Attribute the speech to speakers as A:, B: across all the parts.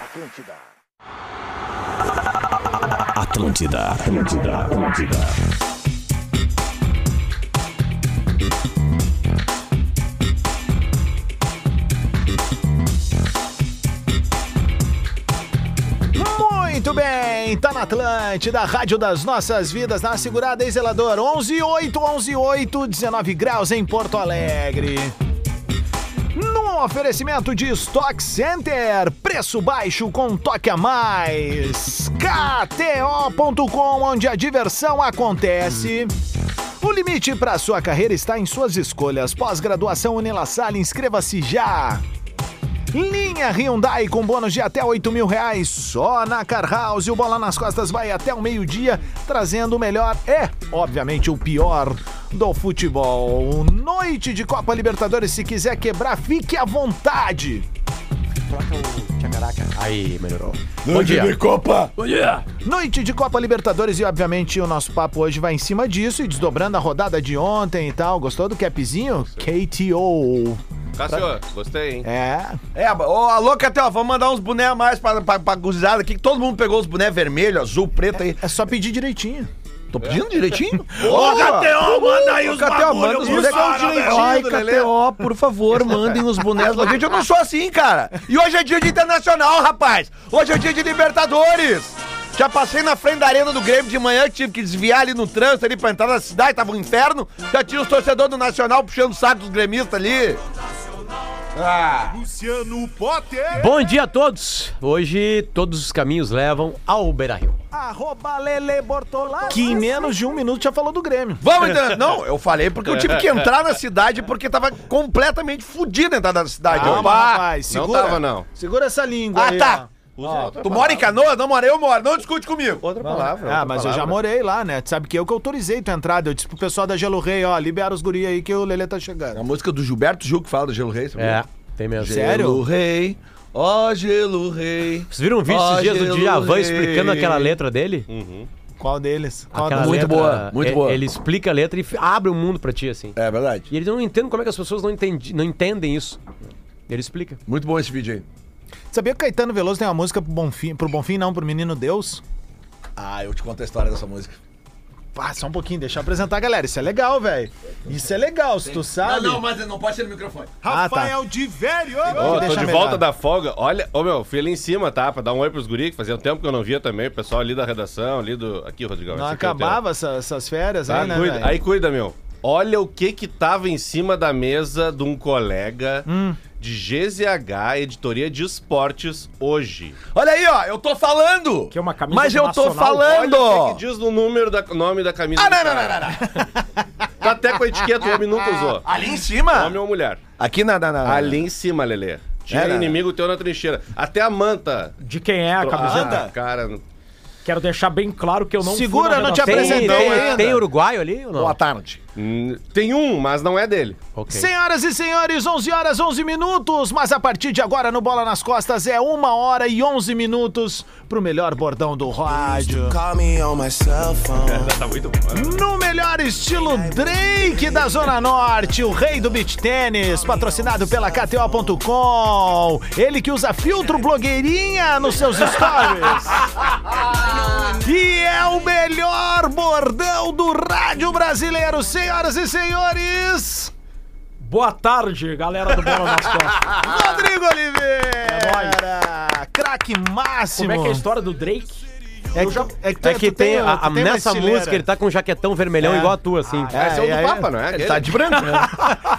A: Atlântida.
B: Atlântida, Atlântida, Atlântida.
C: Muito bem, tá na Atlântida, Rádio das Nossas Vidas, na Segurada em Zelador, 11 8, 11 8, 19 graus em Porto Alegre. No oferecimento de Stock Center, preço baixo com toque a mais. KTO.com, onde a diversão acontece. O limite para sua carreira está em suas escolhas. Pós-graduação Unilassalle, inscreva-se já. Linha Hyundai com bônus de até 8 mil reais só na Car House. O Bola nas Costas vai até o meio-dia, trazendo o melhor é, obviamente, o pior do futebol. Noite de Copa Libertadores, se quiser quebrar, fique à vontade.
D: Troca o Tchacaraca. Aí, melhorou.
E: Bom dia. Copa.
D: Bom dia.
C: Noite de Copa Libertadores e, obviamente, o nosso papo hoje vai em cima disso e desdobrando a rodada de ontem e tal. Gostou do capzinho? KTO.
D: Tá.
E: Cássio, Ah, gostei, hein?
C: É,
D: É, ô, alô, Catel, vamos mandar uns boné a mais pra, pra, pra gurizada aqui, que todo mundo pegou os boné vermelho, azul, preto aí.
C: é só pedir direitinho.
D: Tô pedindo direitinho?
E: Ô, Cateó, manda aí
D: Ô,
E: os
D: Cateó,
E: bagulho,
D: manda os bonecos
E: para,
D: direitinho,
E: velho.
D: Ai, KTO, por favor, mandem os bonecos pra gente. Eu não sou assim, cara. E hoje é dia de internacional, rapaz. Hoje é dia de Libertadores. Já passei na frente da arena do Grêmio de manhã, tive que desviar ali no trânsito ali pra entrar na cidade, tava um inferno. Já tinha os torcedores do Nacional puxando o saco dos gremistas ali. Ah.
A: Luciano Potter.
F: Bom dia a todos! Hoje todos os caminhos levam ao Beira Rio.
C: Arroba Lele Bortolatti. Que em menos de um minuto já falou do Grêmio.
D: Vamos então. Não, eu falei porque eu tive que entrar na cidade porque tava completamente fudido entrar na cidade.
C: Calma,
D: Opa!
C: Ah, rapaz,
E: Não
C: segura.
E: tava, não.
C: Segura essa língua
D: Ah,
C: aí,
D: tá.
C: ó.
D: Tu mora em Canoas? Não mora, eu moro. Não discute comigo. Outra
C: Ah, mas eu já morei lá, né? Tu sabe que eu que autorizei tua entrada. Eu disse pro pessoal da Gelo Rei, ó, libera os guri aí que o Lele tá
D: A
C: chegando.
D: música do Gilberto Gil que fala do Gelo Rei, sabe?
F: É, tem mesmo.
C: Sério?
D: Gelo Rei, ó Gelo Rei.
F: Vocês viram um vídeo
D: Ó,
F: esses dias do
D: Gelo
F: Djavan
D: Rei.
F: explicando aquela letra dele?
C: Qual deles? Qual
F: Aquela
C: das-
D: Muito boa, muito
F: ele,
D: boa.
F: Ele explica a letra e f- abre o mundo pra ti, assim.
D: É verdade.
F: E eles não entendem como é que as pessoas não, entendi, não entendem isso. Ele explica.
D: Muito bom esse vídeo aí.
C: Sabia que Caetano Veloso tem uma música pro Bonfim, pro Bonfim não, pro Menino Deus?
D: Ah, eu te conto a história dessa música.
C: Ah, só um pouquinho, deixa eu apresentar, galera. Isso é legal, velho. Isso é legal, se tu sabe.
D: mas Ah, não pode ser no microfone.
C: Ah, tá.
A: Rafael de Vério.
E: Ô, tô
C: Deixa
E: de
C: melhor.
E: volta da folga. Olha, ô meu, fui ali em cima, tá? Pra dar um oi pros guri, que fazia um tempo que eu não via também. O pessoal ali da redação, ali do. Aqui, Rodrigão.
C: Não
E: esse aqui é o teu.
C: acabava essa- essas férias
E: Tá,
C: aí, né,
E: cuida.
C: velho?
E: Aí cuida, meu. Olha o que que tava em cima da mesa de um colega
D: Hum.
E: de GZH, editoria de esportes, hoje.
D: Olha aí, ó, eu tô falando.
F: Que é uma camisa
D: Mas
F: do
D: eu tô
F: Nacional.
D: falando.
E: Olha o que, que diz no número da, nome da camisa.
D: Ah,
E: do
D: não, não,
E: cara.
D: não, não, não.
E: Tá até com a etiqueta, o homem nunca usou.
D: Ali em cima?
E: Homem ou mulher?
D: Aqui na. na, na
E: Ali em cima, Lelê. Tira
D: É, não,
E: inimigo teu na trincheira. Até a manta.
G: De quem é a camiseta?
E: Ah, cara.
G: Quero deixar bem claro que eu não
C: Segura,
G: fui na
C: não te
F: Tem,
G: redação.
C: apresentou
F: tem-
C: ainda.
F: tem uruguaio ali ou não?
D: Boa tarde.
E: hum, Tem um, mas não é dele.
F: Ok.
C: Senhoras e senhores, 11 horas 11 minutos, mas a partir de agora no Bola nas Costas é 1 hora e 11 minutos pro melhor bordão do rádio.
H: Call me on my cell phone.
E: Tá muito bom.
C: No melhor estilo Drake da Zona Norte, o rei do beach tênis, patrocinado pela KTO.com. Ele que usa filtro blogueirinha nos seus stories. E é o melhor bordão do rádio brasileiro, senhoras e senhores.
G: Boa tarde, galera do Bola nas Costas.
C: Rodrigo Oliveira! Craque máximo!
G: Como é que é a história do Drake?
C: É que, é que, tu-
F: É que
C: tu
F: tem, a-
C: tu
F: a-
C: tem uma
F: nessa
C: estileira.
F: música ele tá com um jaquetão vermelhão
C: É.
F: igual a tua, assim.
E: Esse é o do
C: é,
E: Papa, não é?
D: Ele
E: Aquele?
D: tá de branco, né?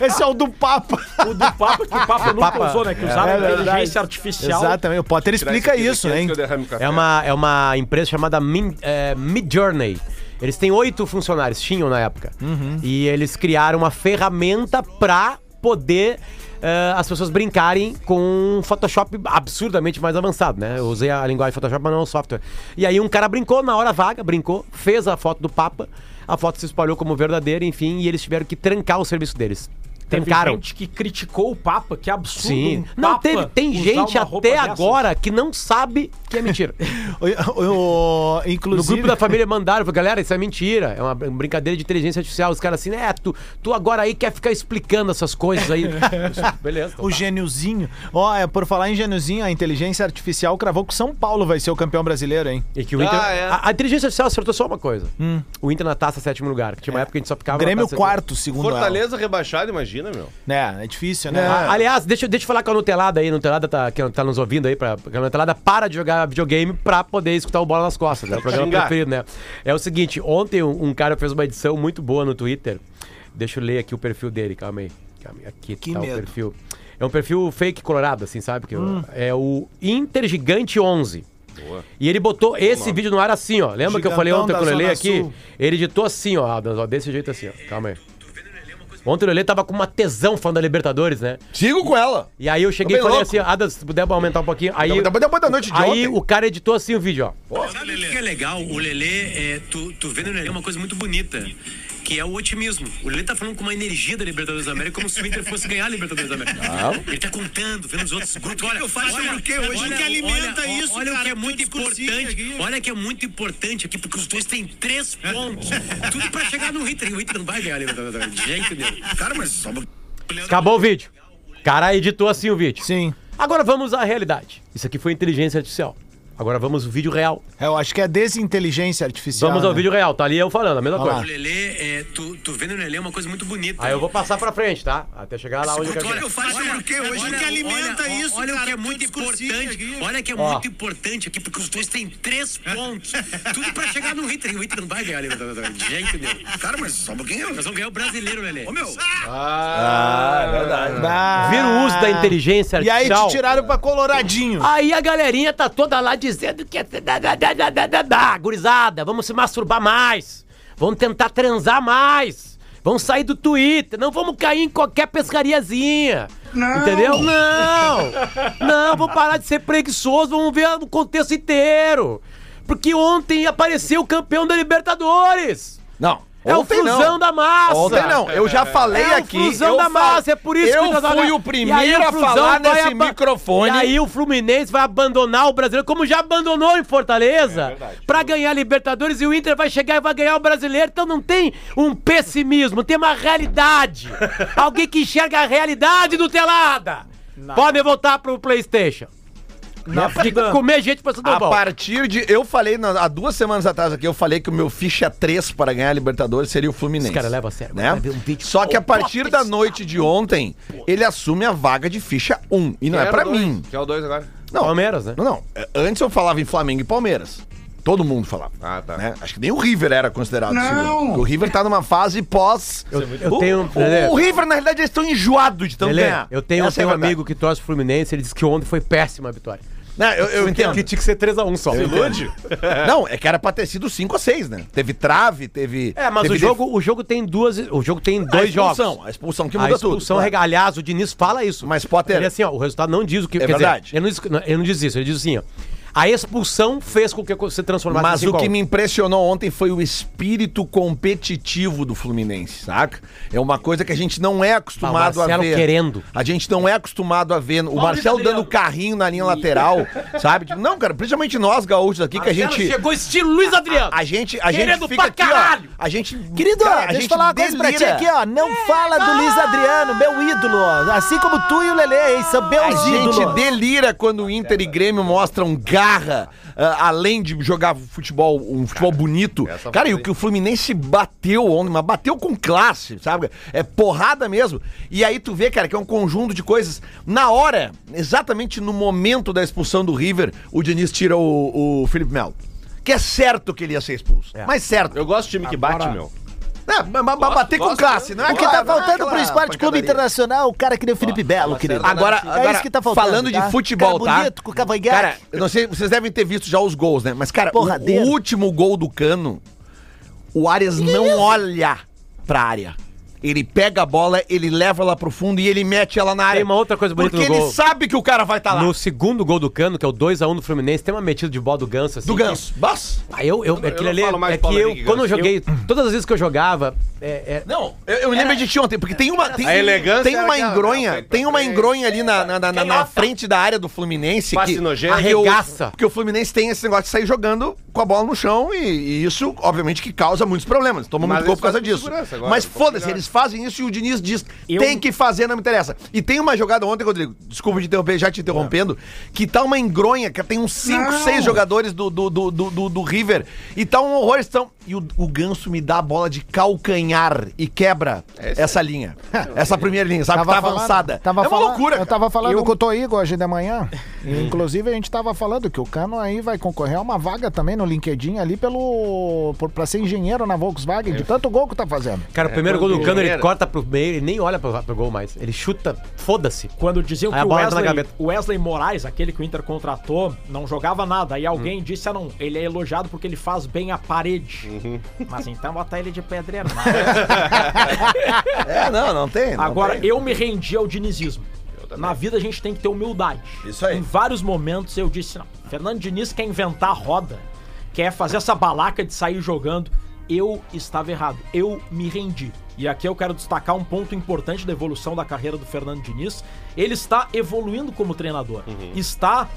C: Esse é o do Papa.
G: O do Papa, que o Papa nunca
F: Papa-
G: usou, né? Que usaram
C: é verdade.
G: inteligência artificial.
C: Exatamente, o Potter
E: Tirar
C: explica
E: esse aqui
C: isso,
E: antes
C: hein?
E: que eu derrame o café.
F: É uma, é uma empresa chamada Min, é, Midjourney. Eles têm oito funcionários, tinham na época.
G: Uhum.
F: E eles criaram uma ferramenta pra poder eh, as pessoas brincarem com um Photoshop absurdamente mais avançado, né? Eu usei a linguagem Photoshop, mas não o software. E aí um cara brincou na hora vaga, brincou, fez a foto do Papa, a foto se espalhou como verdadeira, enfim, e eles tiveram que trancar o serviço deles. Tancaram.
G: gente que criticou o Papa, que absurdo.
F: Sim.
G: um
F: Não,
G: Papa
F: teve, tem
G: usar
F: gente
G: uma roupa
F: até
G: dessa.
F: agora que não sabe que é mentira.
C: O- o- o-
F: No
C: inclusive.
F: grupo da família mandaram, falei, galera, isso é mentira. É uma brincadeira de inteligência artificial. Os caras assim, é, tu, tu agora aí quer ficar explicando essas coisas aí. Beleza. então
C: O
F: tá.
C: gêniozinho. Ó, é, por falar em gêniozinho, a inteligência artificial cravou que o São Paulo vai ser o campeão brasileiro, hein?
F: E que o Inter-
E: Ah, é.
F: a, a inteligência artificial acertou só uma coisa. O Inter na taça sétimo lugar. Que tinha uma época que a gente só ficava.
C: Hum.
F: na
C: É. Grêmio
F: taça-
C: quarto, segundo
E: Fortaleza rebaixada, imagina, meu.
C: ela. É, é difícil, né?
F: Ah, Aliás, deixa, eu- deixa eu falar com a Nutelada aí. A Nutelada tá, que tá nos ouvindo aí. Pra, que a Nutelada para de jogar videogame pra poder escutar o Bola nas Costas. É o programa
E: Xingar.
F: preferido, né? É o seguinte, ontem um, um cara fez uma edição muito boa no Twitter. Deixa eu ler aqui o perfil dele, calma aí. Calma aí. Aqui
C: Que
F: tá
C: medo. Hum.
F: o perfil. É um perfil fake colorado, assim, sabe? Que É o Intergigante 11. E ele botou esse vídeo no ar assim, ó. Lembra que eu falei
C: Gigantão
F: ontem
C: da
F: quando eu olhei
C: Zona
F: aqui?
C: Sul.
F: Ele editou assim, ó, Adams, ó, desse jeito assim, ó. Calma aí. Ontem o Lelê tava com uma tesão falando da Libertadores, né?
D: Sigo com ela.
F: E aí eu cheguei e
D: Tô bem
F: falei
D: louco.
F: assim, Adams, se puder aumentar um pouquinho. Aí,
D: Depois depois da noite de ontem.
F: aí o cara editou assim o vídeo, ó.
I: Sabe o que que é legal? O Lelê, é, tu, tu vendo o Lelê é uma coisa muito bonita, que é o otimismo. O Lelê tá falando com uma energia da Libertadores da América, como se o Inter fosse ganhar a Libertadores da América. Ele tá contando, vendo os outros grupos. Olha, eu faço olha, o que hoje olha, que alimenta isso, Olha o que é muito importante. Olha que é muito importante aqui, porque os dois têm três pontos. Tudo pra chegar no Inter. E o Inter não vai ganhar a Libertadores da América, de jeito nenhum. Cara, mas só...
F: Acabou o vídeo. O cara editou assim o vídeo.
C: Sim.
F: Agora vamos à realidade. Isso aqui foi inteligência artificial. Agora vamos ao vídeo real.
C: Eu acho que é desinteligência artificial.
F: Vamos ao
C: né?
F: vídeo real, tá ali eu falando, a mesma
C: Olha
F: coisa.
C: lá.
I: O Lelê, é, tu, tu vendo o Lelê é uma coisa muito bonita.
F: Aí eu vou passar pra frente, tá? Até chegar lá onde eu quero
I: Olha,
F: chegar.
I: olha, o que hoje olha, que alimenta isso, Olha o que é muito importante. Olha que é
F: Ó.
I: muito importante aqui, porque os dois têm três pontos. Tudo pra chegar no Inter. E o Inter não vai ganhar a Libertadores. De jeito nenhum. Cara, mas só um pouquinho. Nós vamos ganhar o brasileiro, Lelê. Ô, meu.
C: Ah.
F: Vira o uso da inteligência
C: E aí
F: artificial.
C: te tiraram pra Coloradinho.
F: Aí a galerinha tá toda lá dizendo que é. da, da, da, da, da, da, da. Gurizada, vamos se masturbar mais. Vamos tentar transar mais. Vamos sair do Twitter. Não vamos cair em qualquer pescariazinha. Entendeu? Não! Não, vamos parar de ser preguiçoso. Vamos ver o contexto inteiro. Porque ontem apareceu o campeão da Libertadores.
D: Não.
F: É o
D: ontem não.
F: fusão da massa.
D: Ontem não, eu já falei
F: É o
D: aqui.
F: Flusão
D: eu
F: da
D: fa-
F: massa, é por isso
D: eu
F: nós
D: fui
F: olha-
D: o
F: E aí
D: primeiro a
F: Flusão
D: falar
F: vai
D: nesse
F: aba-
D: microfone.
F: E aí o Fluminense vai abandonar o brasileiro, como já abandonou em
D: É
F: Fortaleza, pra ganhar a Libertadores e o Inter vai chegar e vai ganhar o brasileiro. Então não tem um pessimismo, tem uma realidade. Alguém que enxerga a realidade do Telada. Pode voltar pro PlayStation. Né? De comer gente passando
D: A
F: mal.
D: partir de. Eu falei, na- há duas semanas atrás aqui, eu falei que o meu ficha 3 para ganhar a Libertadores seria o Fluminense.
F: Os cara leva a sério,
D: Né?
F: vai ver um vídeo.
D: Só que a
F: Oh,
D: partir da
F: Deus.
D: noite de ontem, ele assume a vaga de ficha 1. E não é pra mim.
E: Que é o 2 agora.
D: Não,
F: Palmeiras, né?
D: Não, não. É, Antes eu falava em Flamengo e Palmeiras. Todo mundo falava.
E: Ah, tá.
D: né? Acho que nem o River era considerado segundo. Porque O River tá numa fase pós.
F: Eu- eu
D: o,
F: tenho- um
D: o-
F: Lelê.
D: o River, na realidade, eles estão enjoados de tão
F: Lelê,
D: ganhar.
F: eu tenho, eu
D: Essa é a
F: tenho um
D: verdade.
F: amigo que torce pro Fluminense, ele disse que ontem foi péssima a vitória.
D: Não, eu, eu entendo.
F: Que tinha que ser 3x1 só.
D: Não, é que era pra ter sido 5 a 6, né? Teve trave, teve.
F: É, mas
D: teve
F: o jogo, o jogo tem duas. O jogo tem
D: A
F: dois jogos.
D: expulsão, A expulsão que
F: a
D: muda tudo.
F: expulsão
D: claro.
F: rega- Aliás, o Diniz fala isso.
D: Mas, Potter-
F: Ele assim, ó, o resultado não diz o que.
D: É
F: dizer,
D: verdade.
F: ele, não diz, não, ele não diz isso, ele diz assim, ó. A expulsão fez com que você transformasse
D: Mas
F: em
D: o que
F: 5x1.
D: me impressionou ontem foi o espírito competitivo do Fluminense, saca? É uma coisa que a gente não é acostumado a ver.
F: Marcelo querendo.
D: A gente não é acostumado a ver. O Marcelo dando carrinho na linha lateral, sabe? Tipo, Não, cara, principalmente nós gaúchos aqui, que a
F: Marcelo
D: gente.
F: Chegou estilo Luiz Adriano.
D: A gente, a gente
F: Querendo
D: fica
F: pra
D: aqui, ó,
F: caralho.
D: a gente,
C: Querido,
D: cara, a
C: deixa eu
D: gente
C: falar uma coisa pra ti
D: delira.
C: aqui, ó. Não
D: É,
C: fala do Luiz Adriano, meu ídolo. ó. Assim como tu e o Lele, hein? São
D: A
C: meus ídolos.
D: gente delira quando o Inter e Grêmio mostram garra, ah, além de jogar futebol, um futebol bonito.
E: essa
D: Cara, e o
E: foi-
D: que o Fluminense bateu ontem, mas bateu com classe, sabe? É porrada mesmo. E aí tu vê, cara, que é um conjunto de coisas. Na hora, exatamente no momento da expulsão do River, o Diniz tira o, o Felipe Melo. Que é certo que ele ia ser expulso. Mas certo.
E: É. Eu gosto de time que bate, meu.
D: É, mas mas bater com
E: gosto, né?
D: classe, não é
C: O que tá
D: aquela- não é
C: faltando
D: aquela
C: pro Esporte Clube
D: pancadaria.
C: Internacional, o cara que nem o Felipe Belo, querido.
D: Agora,
C: é
D: agora,
C: isso que tá faltando.
D: falando
C: tá?
D: de futebol,
C: cara
D: tá?
C: bonito, com cavanhaque.
D: Cara, tá, eu não sei, vocês devem ter visto já os gols, né? Mas, cara, o,
C: Porradeiro.
D: o último gol do Cano, o Arias não olha pra área. Ele pega a bola, ele leva ela pro fundo e ele mete ela na área.
F: uma outra coisa bonita
D: Porque
F: no
D: ele
F: gol.
D: sabe que o cara vai estar lá.
F: No segundo gol do Cano, que é o 2x1 do Fluminense, tem uma metida de bola do Ganso. Assim,
D: Do
F: que-
D: Ganso. Bas.
F: Ah, eu, eu, aquilo
E: não
F: ali,
E: falo mais
F: é
E: Paulo
F: que eu,
E: Henrique
F: quando eu
E: Ganso.
F: joguei, todas as vezes que eu jogava, é- é-
D: Não, eu, eu me lembro de ti ontem, porque tem uma. Tem,
E: A elegância
D: tem
E: era
D: uma
E: aquela, né?
D: engronha,
E: Frente pra
D: tem uma
E: frente.
D: engronha ali na, na, na- na- na frente da área do Fluminense.
E: Passe
D: que
E: nojento.
D: que o-
F: Arregaça.
D: Porque o Fluminense tem esse negócio de sair jogando com a bola no chão e, e isso, obviamente, que causa muitos problemas. Toma
E: Mas
D: muito gol
E: eles
D: por causa
E: fazem com
D: disso.
E: segurança agora,
D: Mas
E: um pouco
D: foda-se,
E: melhor.
D: eles fazem isso e o Diniz diz: tem que fazer, não me interessa. E tem uma jogada ontem, Rodrigo, desculpa te interromper, já te interrompendo, que tá uma engronha, que tem uns 5, 6 jogadores do, do, do, do, do- do River e tá um horror. Estão... E o, o ganso me dá a bola de calcanhar e quebra essa linha. essa primeira linha, sabe? que tá
C: falando-
D: avançada.
C: Tava
D: é uma
C: falando-
D: loucura.
C: Eu
D: cara.
C: tava falando com o Toigo hoje de manhã. E, inclusive, a gente tava falando que o Cano aí vai concorrer a uma vaga também no LinkedIn ali pelo. Por, pra ser engenheiro na
D: É.
C: Volkswagen, de tanto gol que tá fazendo.
F: Cara, o primeiro
E: É,
F: gol do
E: quando
F: Cano, ele
E: era.
F: corta pro meio, ele nem olha pro, pro gol mais. Ele chuta, foda-se.
G: Quando diziam
F: Aí
G: que
F: a
G: o
F: bola entra na
G: Wesley,
F: gaveta.
G: o Wesley Moraes, aquele que o Inter contratou, não jogava nada. E alguém disse, ah não, ele é elogiado porque ele faz bem a parede. Mas então bota ele de pedreiro. né?
D: É, não, não tem. não
G: Agora,
D: tem.
G: eu me rendi ao dinizismo. Na vida a gente tem que ter humildade.
D: Isso aí.
G: Em vários momentos eu disse, não, Fernando Diniz quer inventar a roda, quer fazer essa balaca de sair jogando. Eu estava errado, eu me rendi. E aqui eu quero destacar um ponto importante da evolução da carreira do Fernando Diniz. Ele está evoluindo como treinador.
D: Uhum.
G: Está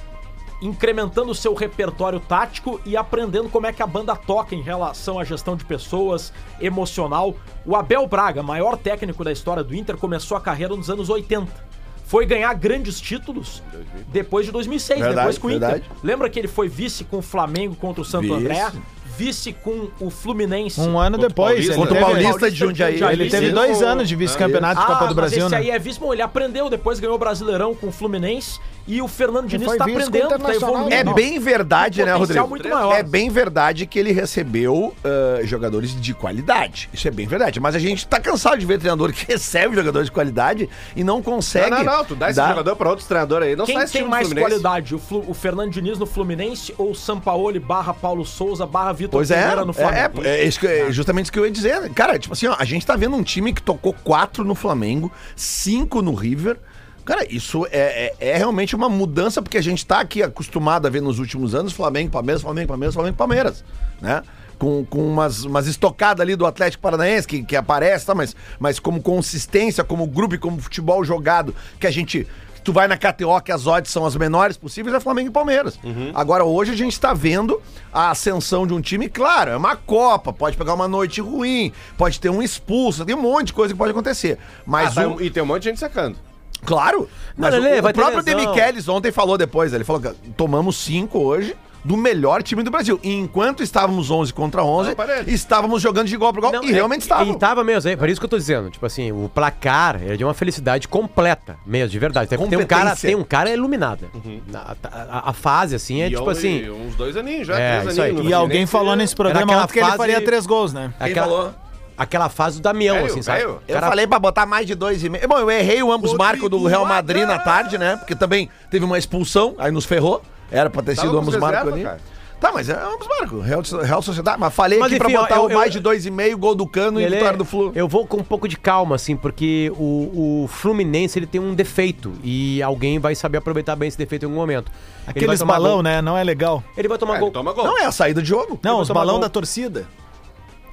G: incrementando o seu repertório tático e aprendendo como é que a banda toca em relação à gestão de pessoas, emocional. O Abel Braga, maior técnico da história do Inter, começou a carreira nos anos 80. Foi ganhar grandes títulos depois de 2006,
D: Verdade,
G: depois com o Inter.
D: verdade.
G: Lembra que ele foi vice com o Flamengo contra o Santo
D: Vice.
G: André, vice com o Fluminense.
C: Um ano
E: Contra o
C: depois. ele
E: Paulista, né?
D: Contra o
C: teve-
D: Paulista de Jundiaí.
G: Jundiaí.
C: Ele teve dois anos de vice-campeonato de
G: Ah,
C: Copa do Brasil,
G: mas
C: né?
G: esse aí é vice, bom, ele aprendeu, depois ganhou o Brasileirão com o Fluminense e o Fernando Diniz
C: foi
G: tá
C: vice com o
G: aprendendo, tá
C: Internacional,
G: evoluindo.
D: É
C: Não.
D: bem verdade,
G: Um
D: né,
G: potencial
D: Rodrigo?
G: muito maior.
D: É bem verdade que ele recebeu ah, jogadores de qualidade. Isso é bem verdade. Mas a gente tá cansado de ver treinador que recebe jogadores de qualidade e não consegue.
E: Não, não, não. Tu dá esse jogador pra outros treinadores aí. Não sai
G: Quem
E: esse time do
G: tem mais
E: Fluminense.
G: qualidade, o, Flu, o Fernando Diniz no Fluminense ou o Sampaoli barra Paulo Souza barra Vitor
D: Pois é,
G: Pereira no
D: é,
G: Flamengo?
D: é, é isso que- é justamente isso que eu ia dizer. né? Cara, tipo assim, ó, a gente tá vendo um time que tocou quatro no Flamengo, cinco no River. Cara, isso é, é- é realmente uma mudança, porque a gente tá aqui acostumado a ver nos últimos anos Flamengo, Palmeiras, Flamengo, Palmeiras, Flamengo, Palmeiras, né? Com, com umas, umas estocadas ali do Atlético Paranaense que, que aparece, tá? Mas, mas como consistência, como grupo e como futebol jogado, que a gente Tu vai na KTO, que as odds são as menores possíveis, é Flamengo e Palmeiras.
F: Uhum.
D: Agora, hoje a gente tá vendo a ascensão de um time, claro, é uma Copa, pode pegar uma noite ruim, pode ter um expulso, tem um monte de coisa que pode acontecer.
E: Ah,
D: Mas
E: tá,
D: o,
E: E tem um monte de gente sacando.
D: claro, mas
F: Lelê,
D: o, o
F: vai ter
D: próprio
F: lesão.
D: Demichelis ontem falou depois, ele falou que tomamos cinco hoje do melhor time do Brasil. E enquanto estávamos 11 contra 11,
E: Não, parece.
D: estávamos jogando de igual para igual
F: Não,
D: e
F: é-
D: realmente estávamos.
F: E tava mesmo, é por isso que eu tô dizendo. Tipo assim, o placar é de uma felicidade completa, mesmo, de verdade. Tem, tem um cara,
D: Competência.
F: tem um cara iluminado.
D: Uhum.
F: A, a- a fase, assim, é
E: E
F: tipo
E: um-
F: assim.
E: e Uns dois aninhos já,
F: É,
E: três
F: isso aí.
E: aninhos.
C: E alguém falou
E: falando
C: nesse programa
F: naquela
C: ontem que ele
F: fase-
C: faria três gols, né?
D: falou?
F: Aquela, aquela fase do Damião,
E: Velho,
F: assim, sabe?
E: velho.
D: Eu
F: Cara-
D: falei pra botar mais de dois e meio. Bom, eu errei o ambos
E: Rodrigo
D: marcos do Real Madrid na
E: Adams.
D: tarde, né? Porque também teve uma expulsão, aí nos ferrou. Era pra ter
E: Tava
D: sido
E: com
D: ambos
E: reserva,
D: marcos ali.
E: cara.
D: Tá, mas é ambos marcos. Real, Real Sociedade. Mas falei
F: Mas
D: aqui
F: enfim,
D: pra
F: ó,
D: botar
F: eu-
D: o mais
F: eu-
D: de dois e meio, gol do Cano e
F: Lelê,
D: vitória do Flu.
F: é- Eu vou com um pouco de calma, assim, porque o, o Fluminense ele tem um defeito e alguém vai saber aproveitar bem esse defeito em algum momento. Ele vai
C: Aqueles
F: tomar
C: balão,
F: gol.
C: né? Não é legal.
F: Ele vai tomar
E: É,
F: gol.
E: ele toma gol.
D: Não é a saída de jogo.
C: Não, os
F: tomar
C: balão
F: gol.
C: da torcida.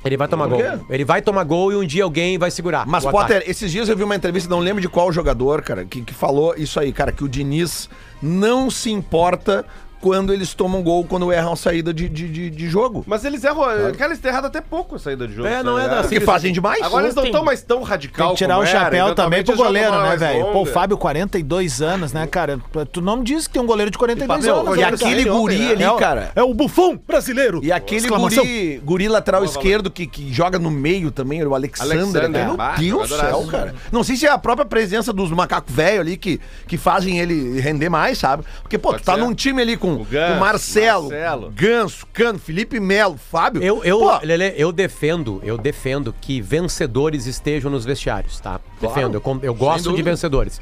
F: Ele vai tomar
D: Por
F: gol.
D: quê?
F: Ele vai tomar gol e um dia alguém vai segurar.
D: Mas,
F: o
D: Potter,
F: ataque.
D: esses dias eu vi uma entrevista, não lembro de qual jogador, cara, que, que falou isso aí, cara, que o Diniz não se importa quando eles tomam gol, quando erram a saída de, de, de, de jogo.
E: Mas eles erram. Cara, eles têm errado até pouco a saída de jogo.
F: É,
E: tá
F: não é
E: ligado?
F: da-
D: Porque fazem demais.
E: Agora eles não
G: Tem-
E: estão mais tão radical.
C: Tem que tirar
E: como
C: o
E: era,
C: chapéu também
E: eventualmente
C: pro
E: eles jogam
C: goleiro,
E: uma
C: né,
E: mais
C: velho? Pô, o
E: longa.
C: Fábio, 42 anos, né, cara? Tu não me diz que tem um goleiro de 42
D: Meu,
C: anos.
D: e
C: né,
D: aquele
C: cara?
D: guri ali,
C: É
F: né?
C: o-
D: cara.
C: É o bufão brasileiro.
D: E aquele
C: Exclamação.
D: guri, guri lateral esquerdo que, que joga no meio também, o Alexander.
E: Alexander,
D: né?
E: é.
D: Meu
E: Bah,
D: Deus do
E: jogadoraço.
D: céu, cara. Não sei se é a própria presença dos macacos velho ali que, que fazem ele render mais, sabe? Porque, pô, tu
E: Pode
D: tá
E: ser.
D: num time ali com
E: O
D: o,
E: Ganso,
D: Marcelo,
E: Marcelo.
D: Ganso, Cano, Felipe Melo, Fábio.
F: Eu, eu,
D: Pô,
F: Lelê, eu defendo, eu defendo que vencedores estejam nos vestiários, tá? Defendo, eu, con- eu gosto de
D: dúvida.
F: vencedores.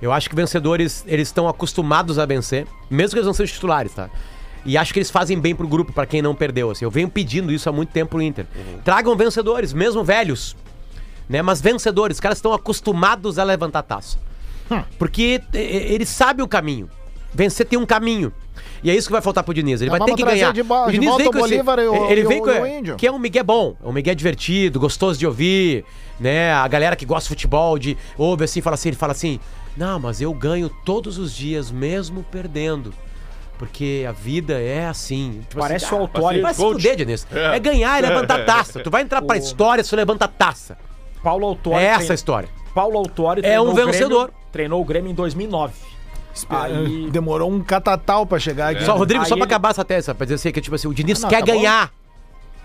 F: Eu acho que vencedores, eles estão acostumados a vencer, mesmo que eles não sejam titulares, tá? E acho que eles fazem bem pro grupo,
D: Uhum.
F: pra quem não perdeu, assim. Eu venho pedindo isso há muito tempo pro Inter. Tragam vencedores, mesmo velhos. né? Mas vencedores, os caras estão acostumados a levantar taça.
C: Hum.
F: Porque é, e- e- ele sabe o caminho. Vencer tem um caminho. E é isso que vai faltar pro Diniz. Ele
C: Mas
F: vai ter
C: vamos
F: que
C: trazer
F: ganhar.
C: de bo- de volta o Bolívar e o-
F: ele
C: e
F: vem
C: o-
F: com,
C: e o Índio.
F: que é um migué bom, é um migué divertido, gostoso de ouvir, né? A galera que gosta de futebol, de ouve assim, fala assim, ele fala assim: "Não, mas eu ganho todos os dias mesmo perdendo". Porque a vida é assim. Tipo
G: Parece um
F: assim,
G: o
F: ah,
G: Autori
F: Vai se
E: coach.
F: fuder, Diniz. É. ganhar e levantar taça. Tu vai entrar pra história se tu levanta taça.
G: Paulo Autori.
F: É essa a
G: treina-
F: história.
G: Paulo Autori
F: É um
G: treinou o Grêmio-
F: vencedor.
G: treinou o Grêmio em 2009. Aí-
C: Demorou um catatal pra chegar aqui.
F: Só, Rodrigo,
G: Aí
F: só pra
G: ele-
F: acabar essa tese, pra dizer assim, que tipo assim, o Diniz
C: É. Ah, não,
F: quer
C: tá bom.
F: ganhar.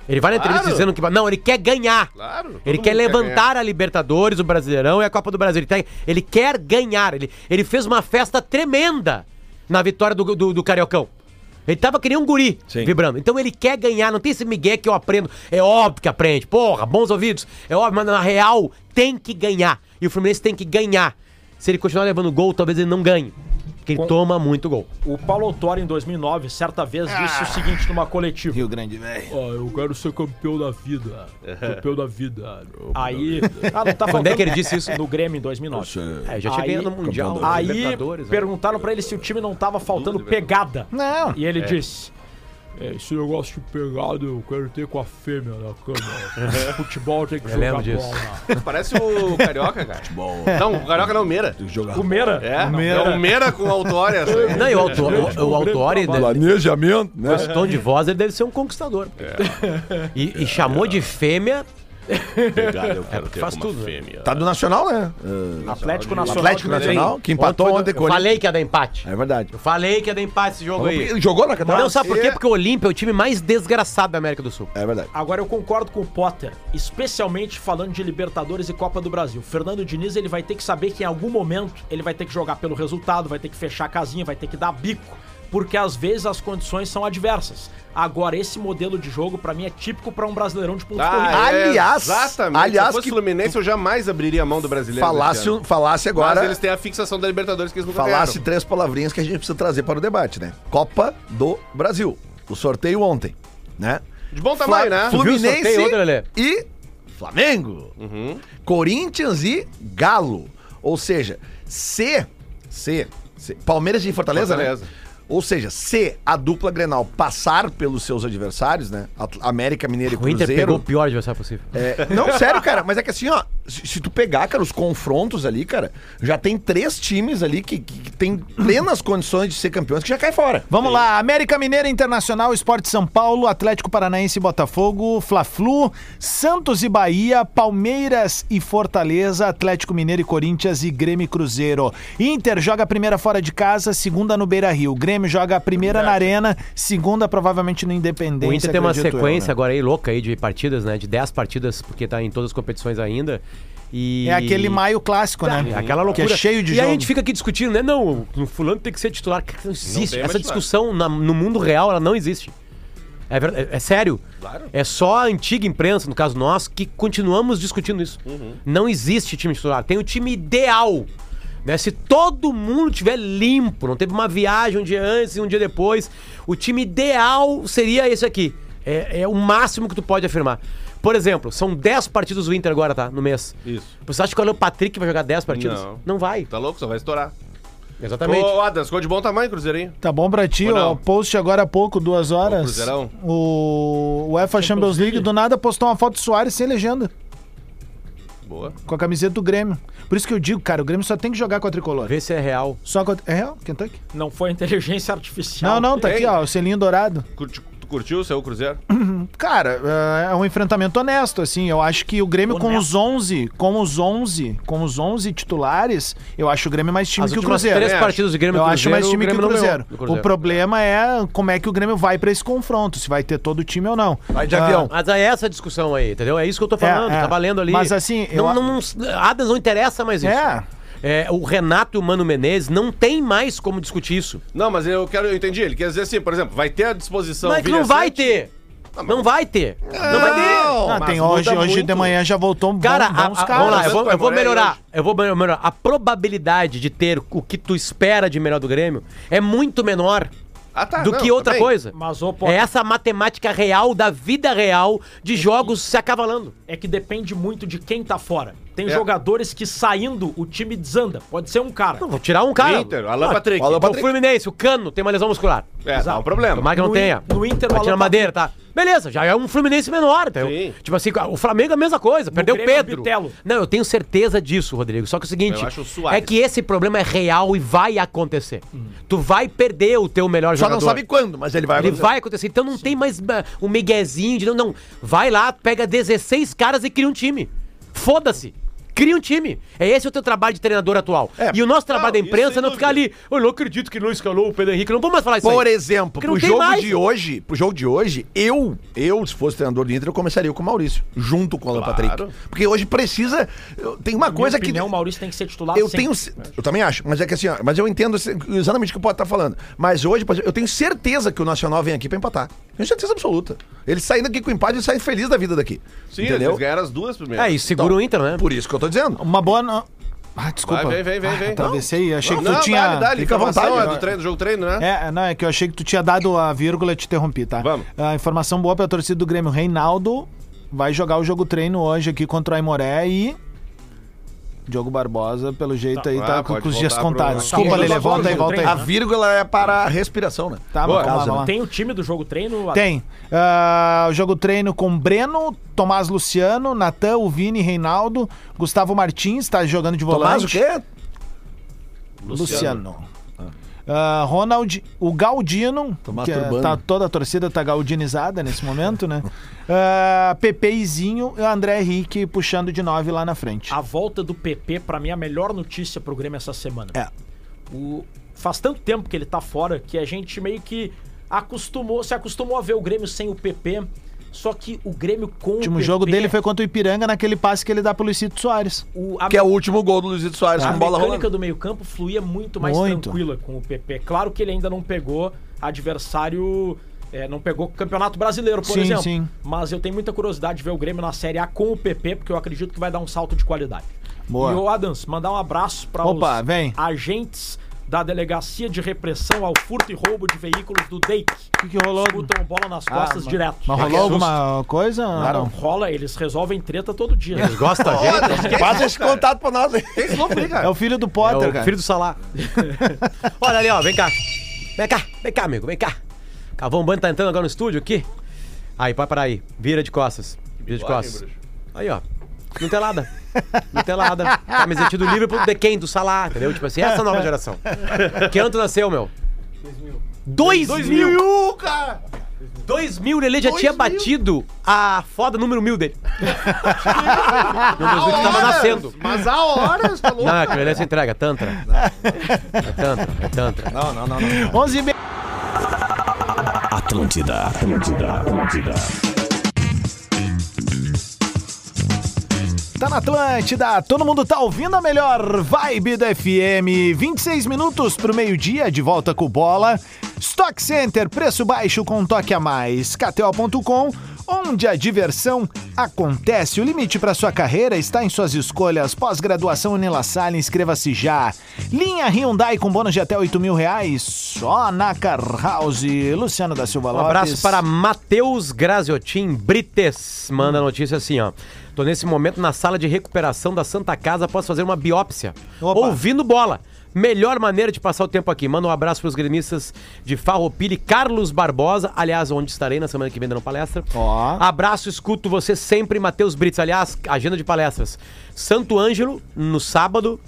F: Ele vai na entrevista
E: Claro.
F: dizendo que. Não, ele quer ganhar.
E: Claro, todo
F: ele
E: mundo
F: quer
E: quer
F: levantar a Libertadores, o Brasileirão e a Copa do Brasil. Ele, tem- ele quer ganhar. Ele, ele fez uma festa tremenda na vitória do, do, do Cariocão. Ele tava que nem um guri vibrando. Então ele quer ganhar, não tem esse migué que eu aprendo. É óbvio que aprende. Porra, bons ouvidos. É óbvio, mas na real tem que ganhar. E o Fluminense tem que ganhar. Se ele continuar levando gol, talvez ele não ganhe. Porque ele toma muito gol.
G: O Paulo Autori, em 2009, certa vez
F: Ah.
G: disse o seguinte numa coletiva.
C: Rio Grande, velho.
G: Ó, eu quero ser campeão da vida. Campeão da vida. Aí. Ah, não tá falando.
F: é que ele disse isso?
G: No Grêmio em 2009.
F: É, já tinha
G: Aí-
F: ganhado no Mundial.
G: Aí
F: Libertadores, né?
G: perguntaram pra ele se o time não tava faltando pegada.
C: Não.
G: E ele disse. "É, esse negócio de pegada eu quero ter com a fêmea na cama. Futebol tem que jogar
F: lembro
G: bola.
F: disso.
E: Parece o Carioca, cara. Não, o Carioca não, o Meira.
G: O Meira?
E: É, é o Meira com autória. essa aí.
F: Não, e o autor, o, o autor ele deve-
D: Planejamento, né?
F: esse tom de voz, ele deve ser um conquistador. E, e chamou de fêmea.
E: Obrigado, eu quero ter
F: faz
E: uma
F: tudo, né?
E: fêmea.
D: Tá do Nacional, né?
G: um Atlético Nacional.
D: Atlético
G: de Belém.
D: Nacional, que empatou
F: Ontem-
D: ontem com o
F: eu
D: Corinthians.
F: falei que ia dar empate.
D: É verdade.
F: Eu falei que ia dar empate esse jogo aí.
D: Ele Jogou na Catarina?
F: Não, sabe por quê? Porque o Olímpia é o time mais desgraçado da América do Sul.
D: É verdade.
G: Agora eu concordo com o Potter, especialmente falando de Libertadores e Copa do Brasil. Fernando Diniz ele vai ter que saber que em algum momento ele vai ter que jogar pelo resultado, vai ter que fechar a casinha, vai ter que dar bico, porque às vezes as condições são adversas. Agora esse modelo de jogo pra mim é típico pra um brasileirão de pontos corridos.
E: Ah, é,
D: Aliás,
E: exatamente.
D: aliás
E: se fosse
D: que-
E: Fluminense, eu jamais abriria a mão do brasileiro.
D: Falasse,
E: desse ano.
D: falasse agora.
E: Mas eles têm a fixação da Libertadores que eles nunca
D: Falasse
E: ganharam.
D: três palavrinhas que a gente precisa trazer para o debate, né? Copa do Brasil. O sorteio ontem, né?
E: De bom tamanho,
D: Fla-
E: né?
F: Viu o
D: Fluminense
F: sorteio ontem, Lelê?
D: e Flamengo.
E: Uhum.
D: Corinthians e Galo. Ou seja, se, se, se- Palmeiras e Fortaleza,
E: Fortaleza.
D: né? Ou seja, se a dupla Grenal passar pelos seus adversários, né? At- América Mineiro e
F: O Inter
D: Cruzeiro.
F: pegou o pior adversário possível.
D: É, não, sério, cara, mas é que assim, ó, se, se tu pegar, cara, os confrontos ali, cara, já tem três times ali que, que, que tem plenas condições de ser campeões que já cai fora.
C: Vamos lá, América Mineira Internacional, Esporte São Paulo, Atlético Paranaense e Botafogo, Fla-Flu, Santos e Bahia, Palmeiras e Fortaleza, Atlético Mineiro e Corinthians e Grêmio e Cruzeiro. Inter joga a primeira fora de casa, segunda no Beira-Rio. Grêmio joga a primeira na Arena, segunda provavelmente no Independência.
F: O Inter tem uma
C: acredito eu,
F: sequência
C: né?
F: agora aí louca aí de partidas, né? De 10 partidas, porque tá em todas as competições ainda. E...
C: É aquele maio clássico, né?
F: É Aquela loucura.
C: Que é cheio de
F: E aí
C: jogo.
F: a gente fica aqui discutindo, né? Não, o fulano tem que ser titular. Cara, não existe.
E: tem mais
F: Essa
E: titular.
F: discussão na- no mundo real, ela não existe. É, ver- é- é sério. É só a antiga imprensa, no caso nós, que continuamos discutindo isso.
C: Uhum.
F: Não existe time titular. Tem o time ideal. Né? Se todo mundo tiver limpo, não teve uma viagem um dia antes e um dia depois, o time ideal seria esse aqui. É, é o máximo que tu pode afirmar. Por exemplo, são 10 partidas do Inter agora, tá? No mês.
E: Isso.
F: Você acha que o Alan Patrick vai jogar 10 partidas?
E: Não.
F: vai.
E: Tá louco? Só vai estourar.
F: Exatamente.
E: Ô, Adas, ficou de bom tamanho, Cruzeiro, hein?
C: Tá bom pra ti,
E: Ou
C: ó.
E: não?
C: O post agora há pouco, duas horas.
E: Cruzeirão?
C: O UEFA Champions League do nada postou uma foto do Soares sem legenda.
E: Boa.
C: com a camiseta do Grêmio. Por isso que eu digo, cara, o Grêmio só tem que jogar com a tricolor.
F: Vê se é real.
C: Só com a... É real, Kentucky?
G: Não foi inteligência artificial.
C: Não, não, tá
E: tem.
C: aqui, ó, o selinho dourado.
E: Curti- tu curtiu o seu Cruzeiro?
C: Cara, é um enfrentamento honesto, assim. Eu acho que o Grêmio com
G: Honesto.
C: os 11, com os 11, com os 11 titulares, eu acho o Grêmio mais time
F: As
C: que o
F: últimas
C: Cruzeiro.
F: três
C: É.
F: partidas do Grêmio
C: eu
F: e
C: acho mais
F: Cruzeiro,
C: time
F: o
C: que o
F: Grêmio não
C: Cruzeiro.
F: ganhou do Cruzeiro.
C: O problema é como é que o Grêmio vai pra esse confronto, se vai ter todo o time ou não.
D: Vai de
C: Ah,
D: avião.
F: Mas é essa a discussão aí, entendeu? É isso que eu tô falando,
C: É, é.
F: tá valendo ali.
C: Mas assim,
F: Não,
C: eu-
F: não, não- Adams não interessa mais isso.
C: É.
F: É, o Renato e o Mano Menezes não tem mais como discutir isso.
E: Não, mas eu quero, eu entendi. Ele quer dizer assim, por exemplo, vai ter à disposição.
F: Mas é que não vai ter.
E: Tá
F: Não vai
C: É,
F: ter. Não vai ter.
C: Ah, tem hoje, hoje de manhã já voltou bom,
F: Cara, a-
C: bons
F: a-
C: caras.
F: vamos lá, eu
E: Santo
F: vou, eu vou
E: Aimoré
F: melhorar.
E: hoje.
F: Eu vou melhor- melhorar. A probabilidade de ter o que tu espera de melhor do Grêmio é muito menor
E: Ah, tá,
F: do
E: não,
F: que outra
E: também.
F: coisa.
G: Mas, ô, Potter,
F: É essa matemática real da vida real de jogos se acavalando.
G: é que depende muito de quem tá fora. Tem
C: É.
G: jogadores que saindo, o time desanda. Pode ser um cara.
F: Vou tirar um cara.
E: Inter, Alan Patrick.
F: Alan Então,
E: Patrick.
F: O Fluminense, o Cano, tem uma lesão muscular.
E: É, dá um problema.
F: Tomara que não
G: No
F: tenha.
G: In- no Inter, o
F: Bate na
G: Alan
F: madeira, tá? Beleza, já é um Fluminense menor, tá?
E: Sim. é
F: Tipo assim, o Flamengo é a mesma coisa, perdeu o
G: Grêmio,
F: Pedro.
G: Bitelo.
F: Não, eu tenho certeza disso, Rodrigo. Só que é o seguinte,
E: Eu acho o Suárez. Hum.
F: é que esse problema é real e vai acontecer. Tu vai perder o teu melhor
D: Só
F: jogador.
D: não sabe quando, mas ele vai
F: Ele
D: acontecer.
F: vai acontecer. Então não tem mais ah, um miguezinho de não, não. Vai lá, pega 16 caras e cria um time. Foda-se. Cria um time. É esse o teu trabalho de treinador atual. e o nosso trabalho da
E: isso
F: imprensa é
E: sem
F: não ficar ali. Eu não acredito que não escalou o Pedro Henrique. Não vamos mais falar isso
D: Por
F: aí.
D: exemplo,
F: Porque não
D: pro
F: tem
D: jogo
F: mais.
D: de hoje, pro jogo de hoje, eu, eu, se fosse treinador do Inter, eu começaria com o Maurício, junto com o Alan Patrick. Porque hoje precisa. eu- Tem uma coisa que.
G: opinião, o Maurício tem que ser titular
C: Ah,
D: Eu
G: sempre.
C: um
D: tenho. ce- Eu também acho, mas é que assim, ó, mas eu entendo assim, exatamente o que o Potter tá falando. Mas hoje, por exemplo, eu tenho certeza que o Nacional vem aqui pra empatar. Tenho certeza absoluta. Ele saindo aqui com empate, ele sai feliz da vida daqui.
E: Sim,
D: entendeu?
E: eles ganharam as duas primeiras.
F: É, e segura o Inter, né?
D: Por isso que eu tô dizendo.
C: Uma boa. no- Ah, desculpa.
E: Vai, vem, vem, vem,
C: Ah,
E: vem.
C: Atravessei, achei que tu
E: Não,
C: tinha.
E: dá-lhe, dá-lhe.
D: Fica à
E: Informação
D: vontade.
E: é do treino, do jogo treino, né?
C: É, não, é que eu achei que tu tinha dado a vírgula e te interrompi, tá?
E: Vamos.
C: A informação boa pra torcida do Grêmio. Reinaldo vai jogar o jogo treino hoje aqui contra o Aimoré e. Diogo Barbosa, pelo jeito aí, tá
E: Ah,
C: com,
E: pode
C: com os dias
E: voltar pro-
C: contados.
E: Tá,
C: Desculpa,
G: mas
C: Lele,
G: joga
C: volta
G: hoje
C: aí,
G: o
C: volta aí.
G: treino,
D: A
G: né?
D: vírgula é para a respiração, né?
C: então, Tá,
D: Boa.
C: mas calma,
D: Casa,
C: vamos lá.
G: Tem o time do jogo treino.
C: Tem. Ah, o jogo treino com Breno, Tomás Luciano, Natan, o Vini, Reinaldo, Gustavo Martins, tá jogando de volante.
D: né? Tomás o quê?
C: Luciano. Ah, Ronald, o Galdino,
D: Tomás
C: que é-
D: Turbano.
C: tá, toda a torcida tá gaudinizada nesse momento, né? Ah, Pepeizinho e o André Henrique puxando de nove lá na frente.
G: A volta do PP, pra mim, é a melhor notícia pro Grêmio essa semana.
C: É.
G: O... Faz tanto tempo que ele tá fora que a gente meio que acostumou, se acostumou a ver o Grêmio sem o PP. Só que o Grêmio com o
C: O último
G: PP,
C: jogo dele foi contra o Ipiranga naquele passe que ele dá pro Luizito Soares.
G: o, a
D: Que é o último gol do Luizito Soares
G: A
C: Tá.
D: com bola
G: mecânica
D: rolando.
G: do meio-campo fluía muito mais
C: Muito.
G: tranquila com o PP. Claro que ele ainda não pegou adversário. é, não pegou o Campeonato Brasileiro, por
C: Sim,
G: exemplo.
C: sim.
G: Mas eu tenho muita curiosidade de ver o Grêmio na Série A com o PP, porque eu acredito que vai dar um salto de qualidade.
C: Boa.
G: E o Adams, mandar um abraço para
C: Opa,
G: os
C: vem.
G: agentes da Delegacia de Repressão ao Furto e Roubo de Veículos do DEIC. O
C: que que rolou? Ah,
G: Escutam bola nas costas
C: mas-
G: direto.
D: É
C: Mas rolou alguma coisa?
G: Cara,
C: Não.
G: rola, eles resolvem treta todo dia. né?
F: Gosta é gente?
D: Passa esse contato pra nós aí.
C: É o filho do
F: É
C: Potter,
F: o
C: cara.
F: filho do Salá. Olha ali, ó, vem cá. Vem cá, vem cá, amigo, vem cá. Cavão Bando tá entrando agora no estúdio aqui. Aí, pode parar aí. Vira de costas. Vira de costas. Aí, ó. Nutelada. Nutelada. Camiseta do livro pro The Ken, do Salá, entendeu? Tipo assim, essa nova geração. Que ano tu nasceu, meu? 2000. 2000, cara! 2000, Lele já tinha batido a foda número mil dele. número mil que tava nascendo.
E: Mas há horas, tá louco?
F: Não, aquilo ali é essa entrega, Tantra. É Tantra, é Tantra.
D: Não, não, não, não.
C: 11 e meia.
B: Atlântida, Atlântida, Atlântida.
C: Tá na Atlântida, todo mundo tá ouvindo a melhor vibe da FM. 26 minutos pro meio-dia, de volta com bola. Stock Center, preço baixo com um toque a mais. KTO.com, onde a diversão acontece. O limite para sua carreira está em suas escolhas. Pós-graduação Unila Salle, inscreva-se já. Linha Hyundai com bônus de até 8 mil reais, só na Car House. Luciano da Silva
F: Um
C: Lopes.
F: abraço para Matheus Graziotin Brites. Manda a notícia assim, ó. Tô nesse momento na sala de recuperação da Santa Casa após fazer uma biópsia.
C: Opa.
F: Ouvindo bola. Melhor maneira de passar o tempo aqui. Manda um abraço pros gremistas de Farroupilha e Carlos Barbosa. Aliás, onde estarei na semana que vem dando palestra.
C: Ó.
F: Abraço, escuto você sempre, Matheus Brites. Aliás, agenda de palestras. Santo Ângelo, no sábado.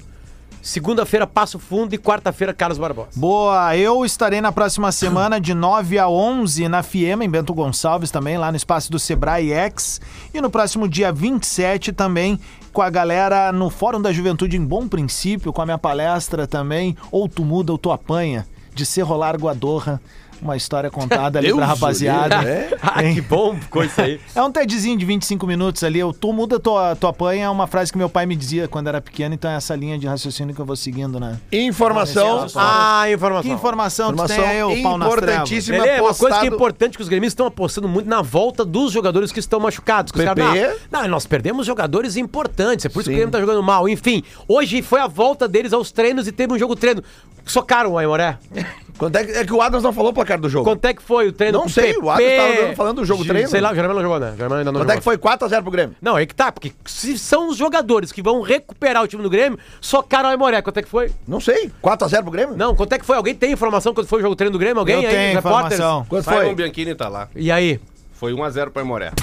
F: Segunda-feira, Passo Fundo. E quarta-feira, Carlos Barbosa.
C: Boa, eu estarei na próxima semana de 9 a 11 na Fiema, em Bento Gonçalves também, lá no espaço do Sebrae X. E no próximo dia 27 também com a galera no Fórum da Juventude em Bom Princípio, com a minha palestra também, Ou Tu Muda ou Tu Apanha, de Cerro Largo a Doha. Uma história contada ali pra rapaziada.
D: é,
F: ah, que bom, ficou isso aí.
C: É um TEDzinho de 25 minutos ali. Eu, tu muda, tu, tu apanha. É uma frase que meu pai me dizia quando era pequeno. Então é essa linha de raciocínio que eu vou seguindo, né?
D: Informação.
F: Ah, informação.
C: Que informação, tu tem aí, ô pau nas trevas?
D: Tá importantíssima.
F: Lelê, uma coisa que é
D: postado-
F: importante que os gremistas estão apostando muito na volta dos jogadores que estão machucados. Que os caras,
D: PP.
F: "Ah, não, nós perdemos jogadores importantes, é por isso que o
D: Sim.
F: Grêmio tá jogando mal. Enfim, hoje foi a volta deles aos treinos e teve um jogo treino. socaram o Aimoré.
D: Quanto é, que, é que o Adams não falou o placar do jogo.
F: Quanto é que foi o treino?
D: Não
F: com
D: sei, o Adams
F: PP?
D: tava falando do jogo, treino.
F: Sei lá, o Jeromel não jogou, né? O Jeromel ainda não
D: Quanto
F: jogou.
D: é que foi 4x0 pro Grêmio?
F: Não, é que tá, porque se são os jogadores que vão recuperar o time do Grêmio, socaram o Aimoré. Quanto é que foi?
D: Não sei. 4x0 pro Grêmio?
F: Não, quanto é que foi? Alguém tem informação quanto foi o jogo treino do Grêmio? Alguém
C: Eu
F: aí?
C: tenho
F: repórteres?
C: informação.
D: Quanto
E: Simon
D: foi?
E: Bianchini tá lá.
F: E aí?
E: Foi 1x0 pra Moré.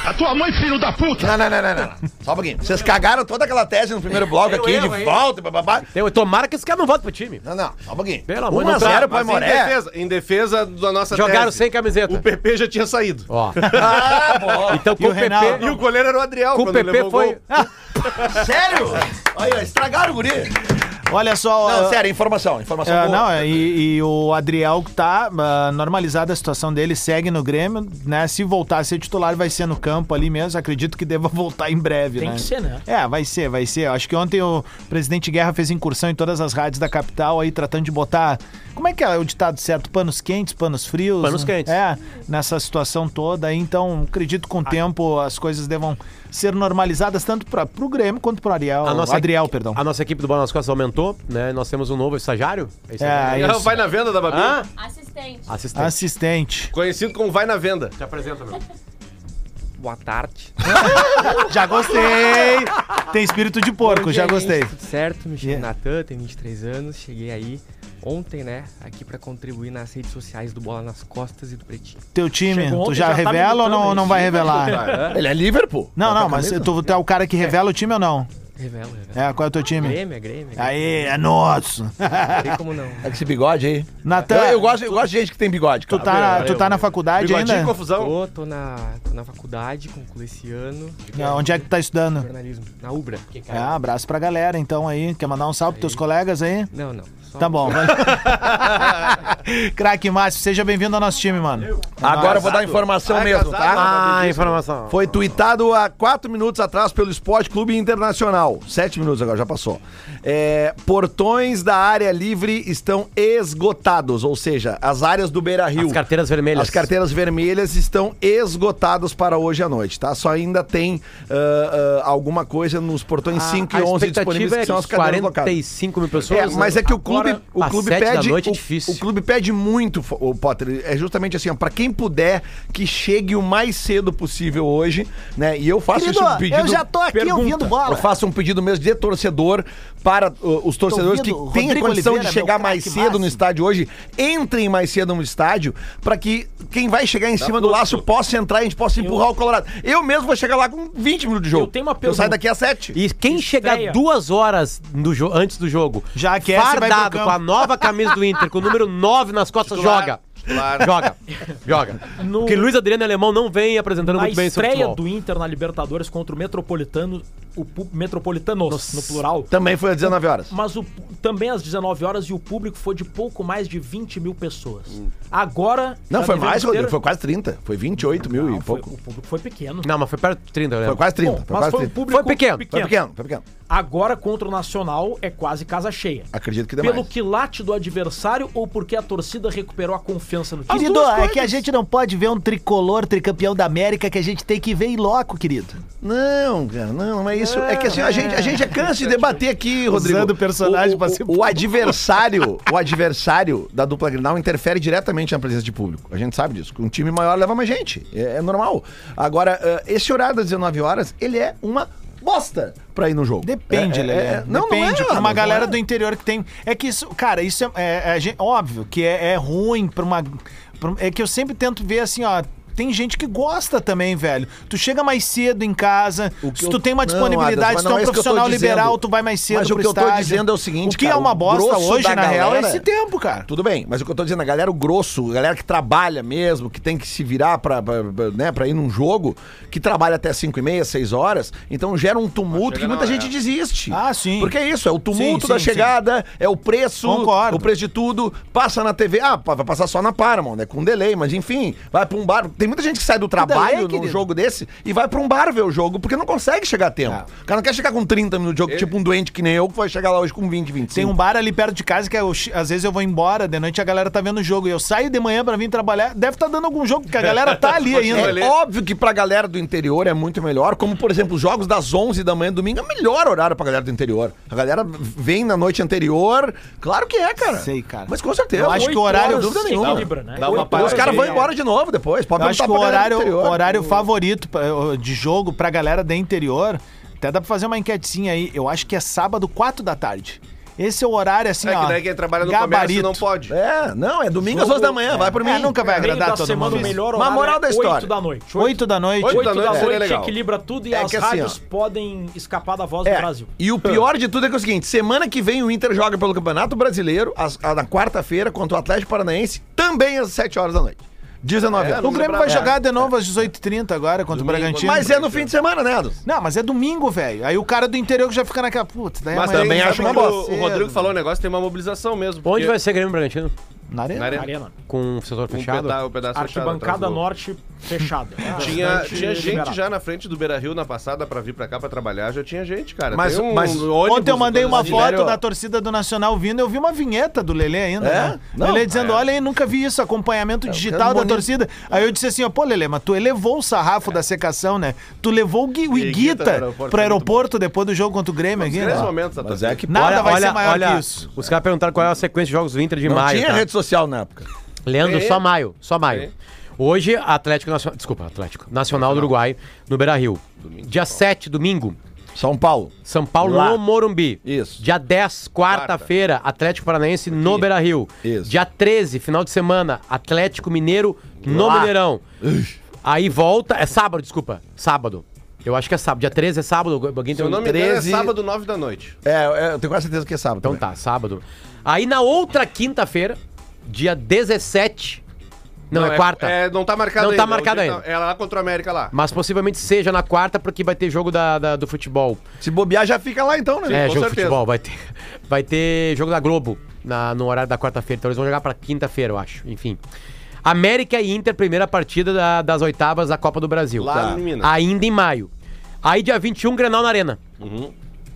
D: Não, não, não, não, não. Só um pouquinho. Vocês cagaram toda aquela tese no primeiro bloco aqui,
F: erro,
D: de
F: hein?
D: volta, bababá.
F: Tem, tomara que esse cara não volte pro time.
D: Não, não, só um pouquinho.
F: Pelo amor de
D: 1 a
F: Deus.
D: 0 pro
E: Mas em
D: Aimoré.
E: defesa, em defesa da nossa
F: Jogaram
E: tese,
F: sem camiseta.
E: O PP já tinha saído.
F: Ó.
D: Ah, bom.
F: Então
C: E
F: com
C: o
F: o PP,
C: Reinaldo?
E: E o goleiro era o Adriel.
F: com o
E: quando
F: PP
E: levou
F: foi.
E: gol.
D: Sério? Olha, estragaram o guri.
C: Olha só.
D: Não,
C: ó,
D: sério, informação, informação
C: é,
D: boa.
C: não, é, e, e o Adriel que tá ah, normalizada a situação dele, segue no Grêmio, né? Se voltar a ser titular, vai ser no campo ali mesmo. Acredito que deva voltar em breve,
G: Tem
C: né?
G: que ser, né?
C: É, vai ser, vai ser. Acho que ontem o presidente Guerra fez incursão em todas as rádios da capital aí, tratando de botar. Como é que é o ditado certo? Panos quentes, panos frios?
F: Panos
C: né?
F: quentes. Ah.
C: É, nessa situação toda. aí. Então, acredito que com o tempo as coisas devam ser normalizadas, tanto pra, pro Grêmio quanto pro Ariel.
F: A nossa
C: Adriel, perdão.
F: A nossa equipe do Bola nas Costas aumentou, né? Nós temos um novo estagiário. É isso aí?
C: É,
E: Ah,
C: isso.
E: Vai na venda da Babi.
F: Hã?
J: Assistente.
F: Assistente.
C: Assistente.
E: Conhecido como Vai na Venda.
F: Te apresenta, meu.
K: Boa tarde.
C: Já gostei! Tem espírito de porco,
K: Bom
C: já
K: dia,
C: gostei.
K: gente, Tudo certo? Me chamo
C: Yeah.
K: Natan, tenho 23 anos. Cheguei aí ontem, né? Aqui pra contribuir nas redes sociais do Bola nas Costas e do Pretinho.
C: Teu time,
G: Chegou
C: tu
G: ontem,
C: já,
G: já tá
C: revela ou não,
G: militando
C: não vai revelar?
E: Tá.
D: Ele é Liverpool.
C: Não, não, mas
D: camisa?
C: tu, tu é o cara que revela o time ou não?
K: Revela, revela.
C: É, qual é o teu time?
K: Grêmio, é Grêmio. é Grêmio.
C: Aí, é nosso.
K: Não tem como não.
D: É que esse bigode aí.
C: Natan,
D: Eu, eu gosto, Ah, eu gosto de gente que tem bigode,
C: Tá. tu
D: cara.
C: tá, na- tu tá na faculdade
E: Bigodinho
C: ainda?
E: confusão.
K: Tô, tô na, tô na faculdade, concluo esse ano.
C: Ah, Onde é que tu tá estudando?
K: Jornalismo. Na Ubra.
C: É, abraço pra galera então aí. Quer mandar um salve pros teus colegas aí?
K: Não, não. Só
C: Tá bom. vai. Craque Márcio, seja bem-vindo ao nosso time, mano.
D: Agora eu vou dar informação mesmo, tá?
F: Ah, informação.
D: Foi tweetado há quatro minutos atrás pelo Esporte Clube Internacional. Sete minutos agora, já passou. É, portões da área livre estão esgotados, ou seja, as áreas do Beira Rio.
F: As carteiras vermelhas.
D: As carteiras vermelhas estão esgotadas para hoje à noite, tá? Só ainda tem ah, ah, alguma coisa nos portões 5
F: a
D: e 11
F: expectativa
D: disponíveis,
F: é
D: que são
F: que
D: as cadeiras locadas.
F: 45 mil
D: É,
F: pessoas.
D: mas é que o clube,
F: Agora,
D: o
F: às
D: clube
F: sete da
D: pede,
F: noite é
D: o-
F: difícil.
D: o clube pede muito, fo- o Potter, é justamente assim, ó, para quem puder que chegue o mais cedo possível hoje, né? E eu faço
C: Querido,
D: isso um pedido
C: eu já tô aqui ouvindo bola.
D: Eu faço um pedido mesmo de torcedor para uh, os torcedores que
C: ouvindo,
D: têm a
C: Rodrigo
D: condição
C: Oliveira,
D: de chegar
C: meu
D: mais
C: craque
D: cedo no
C: máximo.
D: estádio hoje, entrem mais cedo no estádio para que quem vai chegar
G: Tá
D: em cima do laço possa entrar e a gente possa empurrar o Colorado. Eu mesmo vou chegar lá com 20 minutos de jogo.
G: Eu tenho uma
D: eu
G: pergunta.
D: saio daqui às 7.
F: E quem chegar duas horas do jo- antes do jogo,
C: Já aquece, vai pro
F: fardado
C: campo.
F: com a nova camisa do Inter, com o número 9 nas costas, joga. Joga. Joga.
G: No-
F: Porque Luiz Adriano Alemão não vem apresentando
G: Na
F: muito bem seu
G: estreia
F: futebol.
G: do Inter na Libertadores contra o Metropolitano, o pu- Metropolitanos, no plural.
D: Também foi às 19 horas.
G: Mas o, pu- também às 19 horas e o público foi de pouco mais de 20 mil pessoas. Agora.
D: Não,
G: já
D: foi
G: devemos
D: mais,
G: ter-
D: Rodrigo. Foi quase 30. Foi 28 mil
G: Não,
D: e
G: foi-
D: pouco.
G: O público foi pequeno.
F: Não, mas foi perto de 30, eu
D: Foi
F: lembro.
D: quase 30.
G: Bom,
D: foi
G: mas
D: quase
G: foi um
D: 30.
G: público
F: Foi pequeno, foi
D: Foi pequeno, foi pequeno.
G: Agora contra o Nacional é quase casa cheia.
D: Acredito que deu
G: Pelo
D: mais.
G: quilate do adversário ou porque a torcida recuperou a confiança no time?
C: Querido, é que a gente não pode ver um tricolor tricampeão da América que a gente tem que ver em loco, querido.
D: Não, cara, não, não é isso. É que assim, a gente, a gente é cansa de debater aqui, Rodrigo.
C: Usando o personagem
D: o,
C: pra
D: o,
C: se-
D: o adversário, o adversário da dupla Grenal interfere diretamente na presença de público. A gente sabe disso. Um time maior leva mais gente. É, é normal. Agora, eh, esse horário das 19 horas, ele é uma bosta pra ir no jogo.
C: Depende,
D: é,
C: Lelê.
D: é, é, não,
C: Depende.
D: não é,
C: pra uma
D: não
C: galera
D: é.
C: do interior que tem. É que isso, cara, isso é, é- é gen- óbvio que é, é ruim pra uma. pra um- é que eu sempre tento ver assim, ó. Tem gente que gosta também, velho. Tu chega mais cedo em casa,
D: que
C: se
D: eu-
C: tu tem uma
D: Não, Adams,
C: disponibilidade,
D: mas
C: se tu é um
D: não é isso que eu tô
C: profissional
D: dizendo.
C: liberal, tu vai mais cedo
D: Mas o
C: pro
D: que eu tô
C: estádio.
D: dizendo é o seguinte,
C: O que
D: cara,
C: é uma
D: o
C: bosta
D: grosso
C: hoje,
D: da
C: na real, é
D: galera-
C: esse tempo, cara.
D: Tá, Tudo bem, mas o que eu tô dizendo, a galera grosso, a galera que trabalha mesmo, que tem que se virar pra, pra, pra, né, pra ir num jogo, que trabalha até 5 e meia, 6 horas, então gera um tumulto que
E: chega na
D: muita
E: hora. é.
D: gente desiste.
C: Ah, sim.
D: Porque é isso, é o tumulto
C: Sim,
D: da
C: sim,
D: chegada, é o preço,
C: Concordo.
D: o preço de tudo, passa na TV, ah, pa- vai passar só na Paramount, né, com delay, mas enfim, vai pra um bar, tem Tem muita gente que sai do trabalho num
C: querido.
D: jogo desse e vai pra um bar ver o jogo, porque não consegue chegar a tempo.
C: Ah.
D: O cara não quer chegar com 30 minutos de jogo, tipo um doente que nem eu, que vai chegar lá hoje com 20, 25.
C: Tem um bar ali perto de casa que eu- às vezes eu vou embora, de noite a galera tá vendo o jogo. E eu saio de manhã pra vir trabalhar. Deve estar dando algum jogo, porque a galera tá ali ainda.
D: É óbvio que pra galera do interior é muito melhor, como por exemplo, os jogos das 11 da manhã domingo é o melhor horário pra galera do interior. A galera vem na noite anterior, claro que é, cara.
C: Sei, cara.
D: Mas com certeza.
C: Eu acho que o
G: Oito
C: horário-
G: horas
D: dúvida
G: se
D: nenhuma.
G: equilibra, né?
E: Dá uma
G: Oito
E: parada.
G: horas
D: Os caras
G: se
D: vão
G: equilibra.
D: embora de novo depois, pode
C: Eu acho que o
D: pra galera do
C: horário,
D: interior.
C: horário favorito pra- eh, de jogo pra galera da interior, até dá pra fazer uma enquetezinha aí. Eu acho que é sábado, 4 da tarde. Esse é o horário, assim,
E: É
C: ó.
E: que daí quem trabalha no comércio não pode.
D: É, não, é domingo às 11 da manhã, vai por mim.
C: É, nunca vai
G: Meio
C: agradar
G: da
C: todo
G: semana,
C: mundo.
G: o melhor
D: Mas a
G: horário
D: moral da história.
G: 8 da noite.
C: 8 da noite.
E: Oito
G: 8 da
E: da noite
G: noite,
E: seria legal.
G: equilibra tudo e
D: É
G: as
D: que assim,
G: rádios
D: ó.
G: podem escapar da voz
D: É,
G: do Brasil.
D: E o pior de tudo é que é o seguinte: semana que vem o Inter joga pelo Campeonato Brasileiro, às- a- na quarta-feira, contra o Atlético Paranaense, também às 7 horas da noite.
C: É,
D: 19 horas.
C: O Grêmio
E: É.
C: vai jogar de novo às 18h30 agora contra o Bragantino.
D: Mas é no fim de semana, né, Adams?
C: Não, mas é domingo, velho. Aí o cara do interior que já fica naquela. Putz, daí
E: Mas
C: amanhã
E: também
C: sabe
D: acho uma
C: que
D: bosta.
E: O,
C: cedo.
E: o Rodrigo falou um negócio, tem uma mobilização mesmo.
F: Onde
E: porque
F: vai ser Grêmio Bragantino?
C: Na arena?
E: Na arena.
G: Arena.
F: Com o setor
E: Um
F: fechado?
E: peda- um pedaço fechado atrás
G: Arquibancada
E: do-
G: norte fechada. Ah,
E: Tinha,
G: Bastante
E: tinha gente
G: liberado.
E: já na frente do Beira Rio na passada pra vir pra cá pra trabalhar, já tinha gente, cara.
D: Mas-
E: Tem um
D: mas
E: ônibus
C: Ontem eu mandei
E: todo
C: uma
E: assim.
C: foto
D: Sério?
C: da torcida do Nacional vindo, eu vi uma vinheta do Lelê ainda.
D: É?
C: Né?
D: Não.
C: Lelê dizendo, olha aí, nunca vi isso, acompanhamento digital
D: quero um
C: da
D: moni-
C: torcida. Aí eu disse assim, ó, pô, Lelê, mas tu elevou o sarrafo da secação, né? Tu levou o, Gui, o Iguita
E: E Iguita
C: pro
E: pro
C: aeroporto,
E: aeroporto,
C: depois do jogo contra o Grêmio aqui, né?
E: Três momentos,
D: Mas
E: atrás.
D: é que
C: Nada
F: Olha,
C: vai
F: olha,
C: ser maior
F: olha,
C: que isso.
F: Os caras perguntaram qual é a sequência de jogos do Inter de
D: Não
F: maio.
D: tinha
F: tá?
D: rede social na época.
F: Leandro,
E: Tem.
F: só maio. Só maio.
E: Tem.
F: Hoje, Atlético Nacional. Desculpa, Atlético. Nacional do Uruguai, no Beira Rio. Dia 7, domingo,
D: São Paulo.
F: São Paulo
D: Lá.
F: no Morumbi.
D: Isso.
F: Dia 10, quarta-feira, Atlético Paranaense no Beira Rio.
D: Isso.
F: Dia 13, final de semana, Atlético Mineiro no
D: Lá.
F: Mineirão. Aí volta. É sábado, desculpa. Sábado. Eu acho que é sábado. Dia 13 é sábado. Alguém
E: Se eu
F: tem
E: não
F: um
E: me engano, é
D: 13.
E: sábado, 9 da noite.
D: É, é, eu tenho quase certeza que é sábado.
F: Então
D: também.
F: tá, sábado. Aí na outra quinta-feira, dia 17. Não, é, quarta.
E: É, não tá marcado
F: Não
E: ainda.
F: tá marcado
E: O dia
F: ainda.
E: tá- É lá contra o América lá.
F: Mas possivelmente seja na quarta, porque vai ter jogo da, da- do futebol.
D: Se bobear, já fica lá então, né?
F: é,
E: com
F: jogo de
E: certeza.
F: futebol. Vai ter, vai ter jogo da Globo na, no horário da quarta-feira. Então eles vão jogar pra quinta-feira, eu acho. Enfim. América e Inter, primeira partida da- das oitavas da Copa do Brasil.
E: Lá
F: Tá.
E: em Minas.
F: Ainda em maio. Aí dia 21, Grenal na Arena.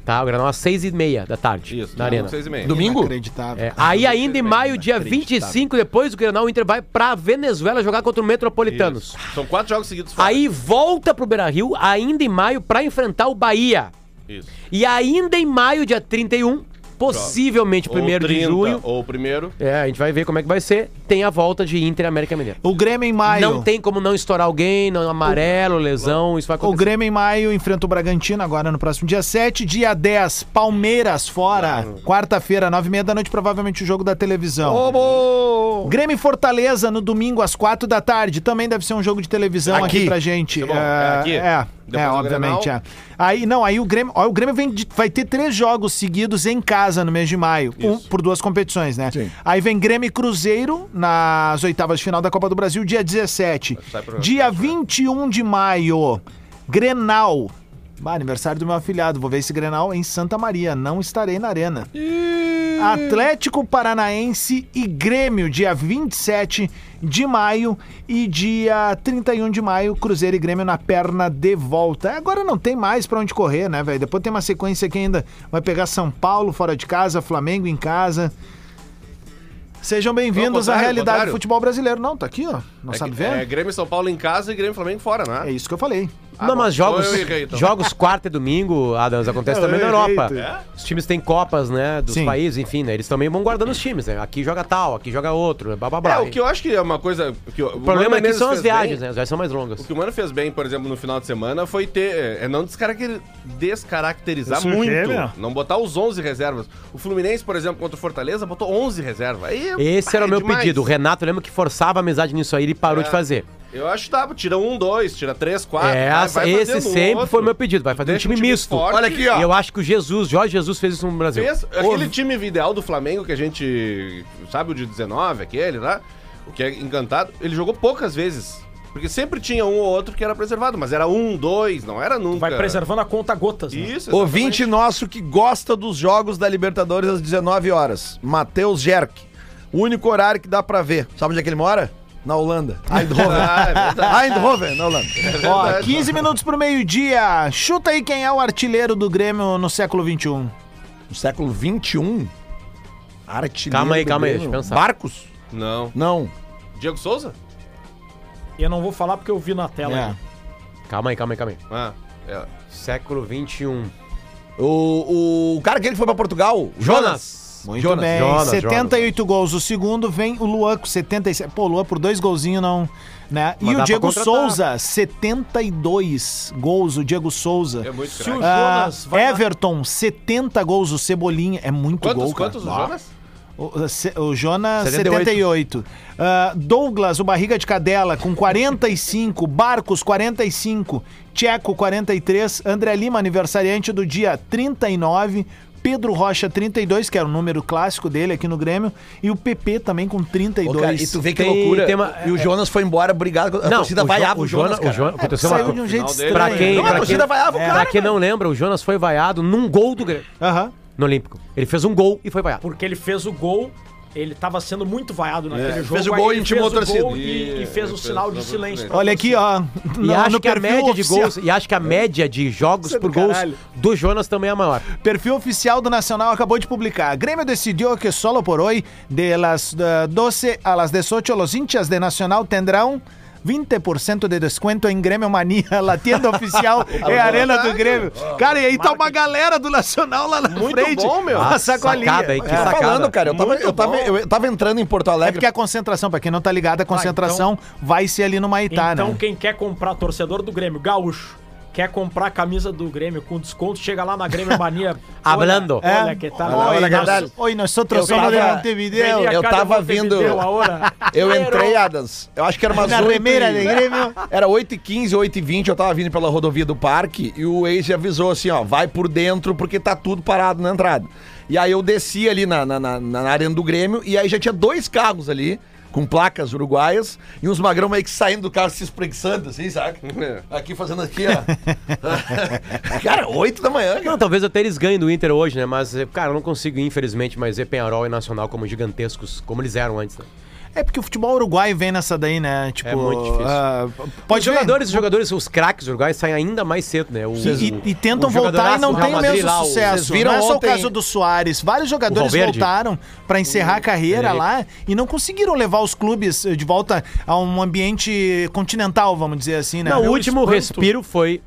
F: Tá, o Grenal às seis e meia da tarde.
E: Uhum. Isso,
F: na Arena.
E: seis e meia.
D: Domingo?
C: Inacreditável.
F: É, aí ainda em maio, dia
C: Inacreditável.
F: 25, depois do Grenal, o Inter vai pra Venezuela jogar contra o Metropolitanos.
E: Isso. São quatro jogos seguidos fora.
F: Aí volta pro Beira-Rio ainda em maio pra enfrentar o Bahia.
E: Isso.
F: E ainda em maio, dia 31, possivelmente 1
E: Ou
F: de
E: 30,
F: junho.
E: Ou primeiro.
F: É, a gente vai ver como é que vai ser. Tem a volta de Inter e América Mineiro.
C: O Grêmio em maio.
F: Não tem como não estourar alguém, não é amarelo, lesão, isso vai
C: O
F: acontecer.
C: Grêmio em maio enfrenta o Bragantino agora no próximo dia 7. Dia 10, Palmeiras fora. Quarta-feira, 9h30 da noite, provavelmente o jogo da televisão. Grêmio e Fortaleza no domingo às 4 da tarde. Também deve ser um jogo de televisão aqui,
D: Aqui.
C: pra gente.
E: Tá bom,
C: É,
E: é aqui?
C: é,
E: Depois
C: é,
E: do
C: obviamente.
E: Grenal.
C: é. Aí, não, aí o Grêmio. Ó, o Grêmio vem de- vai ter três jogos seguidos em casa no mês de maio. Um, por duas competições, né?
D: Sim.
C: Aí vem Grêmio e Cruzeiro nas oitavas de final da Copa do Brasil, dia 17.
E: Sai pro-
C: Dia 21 de maio, Grenal. Bah, aniversário do meu afilhado. Vou ver esse Grenal em Santa Maria. Não estarei na arena. Atlético Paranaense e Grêmio, dia 27 de maio e dia 31 de maio, Cruzeiro e Grêmio na perna de volta. É, Agora não tem mais pra onde correr, né, velho? Depois tem uma sequência que ainda vai pegar São Paulo fora de casa, Flamengo em casa. Sejam
E: Não,
C: bem-vindos à
E: contrário,
C: realidade
E: contrário.
C: do futebol brasileiro. Não, tá aqui, ó. Não
E: É
C: sabe
E: que-
C: ver?
E: É Grêmio e São Paulo em casa e Grêmio e Flamengo fora,
C: É
E: né?
C: isso que eu falei.
E: Ah,
F: não,
E: bom,
F: mas jogos,
E: então eu errei, então.
F: jogos quarta e domingo, Adams, acontece
C: Eu
F: também na
C: errei,
F: Europa.
C: tu-
E: É?
F: Os times têm copas, né, dos
C: Sim.
F: países, enfim, né, eles também vão guardando os times, né, aqui joga tal, aqui joga outro, blá blá blá.
E: É, o que eu acho que é uma coisa... Que
F: O problema é que são as viagens,
E: né?
F: né, as viagens são mais longas.
E: O que o Mano fez bem, por exemplo, no final de semana foi ter. É é não descaracter- descaracterizar muito. não botar os 11 reservas. O Fluminense, por exemplo, contra o Fortaleza, botou 11 reservas. Aí,
F: Esse
E: pá,
F: era o
E: é
F: meu
E: demais.
F: pedido. O Renato, eu lembro que forçava a amizade nisso aí, ele parou
E: É.
F: de fazer.
E: Eu acho que tá, tira um, dois, tira três, quatro.
F: é,
E: vai-
F: essa-
E: vai
F: esse
E: fazendo um
F: sempre
E: outro.
F: foi o meu pedido. Vai fazer um
E: Deixa
F: time, misto.
E: forte.
D: Olha aqui, ó.
F: E eu acho que o Jesus, Jorge Jesus, fez isso no Brasil.
E: Fez- aquele time ideal do Flamengo que a gente. Sabe o de 19, aquele, lá? O que é encantado. Ele jogou poucas vezes. Porque sempre tinha um ou outro que era preservado, mas era um, dois, não era nunca.
G: Vai preservando a conta gotas. Né?
E: Isso,
D: Ouvinte nosso que gosta dos jogos da Libertadores às 19 horas. Matheus Jerk. O único horário que dá pra ver. Sabe onde é que ele mora? na Holanda.
F: Ah,
D: Eindhoven.
E: Ah, é
F: tá-
D: Eindhoven, na Holanda.
C: Ó, 15 minutos pro meio-dia. Chuta aí quem é o artilheiro do Grêmio no século um. XXI.
D: No século um, XXI, artilheiro
F: Calma aí,
D: do
F: calma aí,
D: Grêmio.
F: deixa eu pensar.
D: Barcos?
E: Não.
D: Não.
E: Diego Souza?
G: Eu não vou falar porque eu vi na tela.
C: É.
F: Calma aí, calma aí, calma aí.
E: Ah, é.
F: Século
E: um.
F: XXI.
D: O, o cara aquele que foi pra Portugal. o
F: Jonas!
C: Muito
D: Jonas,
C: bem,
F: Jonas,
C: 78 gols. O segundo vem o Luan com 77. Pô, o Luan por dois golzinhos não. Né?
F: Mas
C: E
F: dá
C: o
F: pra
C: Diego
F: contratar.
C: Souza, 72 gols. O Diego Souza.
E: É muito
G: Se o
E: craque.
C: Ah,
G: Jonas vai lá-
C: Everton, 70 gols. O Cebolinha é muito
E: Quantos,
C: gol. cara.
E: quantos
C: Bah.
E: o Jonas?
C: O, se- o Jonas, 78.
F: 78.
C: Ah, Douglas, o Barriga de Cadela, com 45. Barcos, 45. Tcheco, 43. André Lima, aniversariante do dia, 39. Pedro Rocha, 32, que era o número clássico dele aqui no Grêmio. E o PP também com
D: Ô,
C: 32.
D: cara, e tu vê que
F: Tem-
D: loucura.
F: tem uma-
D: e o Jonas foi embora, obrigado. A torcida vaiava o, Jonas,
F: o Jonas,
D: cara.
F: aconteceu uma
C: Saiu
F: coisa.
C: de um jeito
E: final
C: estranho.
E: dele. né?
F: Pra quem,
D: Não, a
F: pra, quem,
D: torcida vaiava o
F: pra
D: cara.
F: quem não lembra, o Jonas foi vaiado num gol do Grêmio
C: Aham.
F: no Olímpico. Ele fez um gol e foi vaiado.
G: Porque ele fez o gol, ele tava sendo muito vaiado naquele jogo.
D: fez o
G: aí
D: gol e
G: ele
D: intimou
G: fez
D: a torcida.
G: gol E, e fez
E: Fez
G: o sinal
E: o
G: de
E: sinal de
G: silêncio.
E: silêncio.
G: pra
C: Olha
G: você.
C: aqui, ó.
F: E
C: no-
F: acho
C: no
F: que a
C: perfil
F: média de
C: oficial-
F: gols, e acho que a média de
E: é
F: jogos por gols do Jonas também é a maior.
C: Perfil oficial do Nacional acabou de publicar. Grêmio decidió que solo por hoy, de las eh, 12 a las 18, los hinchas de Nacional tendrán 20% de desconto em Grêmio Mania. La tienda oficial é a Arena do Grêmio. Cara, e aí tá uma galera do Nacional lá na
E: Muito
C: frente.
E: bom, meu.
C: Uma
F: Ah,
C: sacolinha.
F: sacada, hein, que
D: Eu tava
F: sacada.
D: tá falando, cara. Eu tava,
E: Muito
D: eu, tava,
E: bom.
D: eu tava entrando em Porto
C: É
D: Alegre.
C: porque a concentração, pra quem não tá ligado, a concentração vai ser ali no Maitá,
G: então,
C: né?
G: quem quer comprar torcedor do Grêmio, gaúcho, quer comprar a camisa do Grêmio com desconto, chega lá na Grêmio Mania.
F: Hablando.
G: Olha, olha que tá tal.
D: Olha, olha,
G: Olha,
D: galera.
G: nosso-
C: É. Oi, nós
D: Eu
C: somos somos de
D: tava-
C: Montevideo.
G: Venha
D: eu
G: cá de
D: tava
G: Montevideo
D: vendo-
G: Agora.
D: Eu entrei, Adams. Eu acho que era umas
C: Na
D: 8 e- né?
C: remeira de Grêmio.
D: Era 8h15, 8h20, eu tava vindo pela rodovia do parque e o Waze avisou assim, ó, vai por dentro porque tá tudo parado na entrada. E aí eu desci ali na, na, na, na arena do Grêmio e aí já tinha dois carros ali, com placas uruguaias, e uns magrão meio que saindo do carro se espreguiçando, assim, sabe? Aqui fazendo aqui, ó. cara, 8 da manhã, cara.
F: Não, talvez até eles ganhem do Inter hoje, né? Mas, eh, cara, eu não consigo, infelizmente, mais ver Penharol e Nacional como gigantescos, como eles eram antes. Né?
C: É porque o futebol uruguaio vem nessa daí, né? Tipo,
F: muito difícil.
C: ah, pode
F: os
C: ver.
F: jogadores, os jogadores, os craques uruguaios saem ainda mais cedo, né? O,
C: E,
F: o-
C: e tentam
F: o
C: voltar e
F: jogadoraço
C: não
F: do Real
C: tem o
F: Madrid
C: mesmo
F: lá, o-
C: sucesso.
D: vocês viram
C: não é só o
D: ontem-
C: caso do Soares. Vários jogadores
F: O Valverde.
C: voltaram para encerrar a carreira lá e não conseguiram levar os clubes eh, de volta a um ambiente continental, vamos dizer assim, né?
F: Não, o último
G: espanto.
F: respiro foi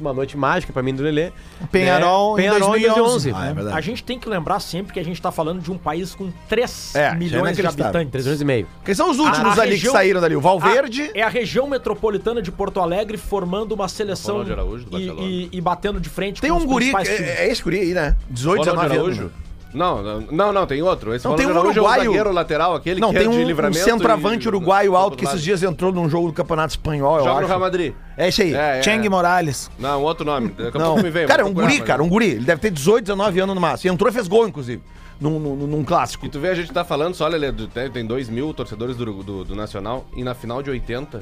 F: uma noite mágica pra mim do Lelê.
C: Penharol
F: né?
C: em
F: Penharol em
C: 2011.
F: 2011.
D: Ah, é verdade.
G: A gente tem que lembrar sempre que a gente tá falando de um país com 3
D: É, isso é
G: milhões de
D: inacreditável.
G: habitantes.
F: Três anos e meio.
D: Quem são os últimos
G: A- a
D: ali
G: região-
D: que saíram dali? O Valverde.
G: A- é a região metropolitana de Porto Alegre formando uma seleção
E: Ronald Araújo, do
G: e-
E: Barcelona.
G: e, e batendo de frente
D: Tem
G: com os
D: um guri,
G: principais times.
D: é, é esse guri aí, né? 18,
E: Ronald
D: 19 anos.
E: Araújo? Não, não, não, não, tem outro. Esse
D: Não, tem um
E: Ronald Araújo
D: uruguaio.
E: É o zagueiro lateral, aquele
D: Não,
E: que
D: tem
E: é de
D: um, um
E: livramento.
D: centroavante
E: e-
D: uruguaio alto que esses
E: lado.
D: dias entrou num jogo do Campeonato Espanhol,
E: Joga
D: eu
E: no Real
D: acho.
E: Madrid.
D: É esse aí.
E: É, é.
C: Cheng Morales.
E: Não, um outro nome. Daqui a
D: Não.
E: pouco me vem.
D: Cara, é
E: vou
D: um
E: procurar,
D: guri,
E: mas-
D: cara, um guri. Ele deve ter 18, 19 anos no máximo. E Entrou e fez gol, inclusive, num, num, num clássico.
E: E tu vê, a gente tá falando só, Lelê, do- tem- tem 2 mil torcedores do, Urugu- do, do Nacional e na final de 80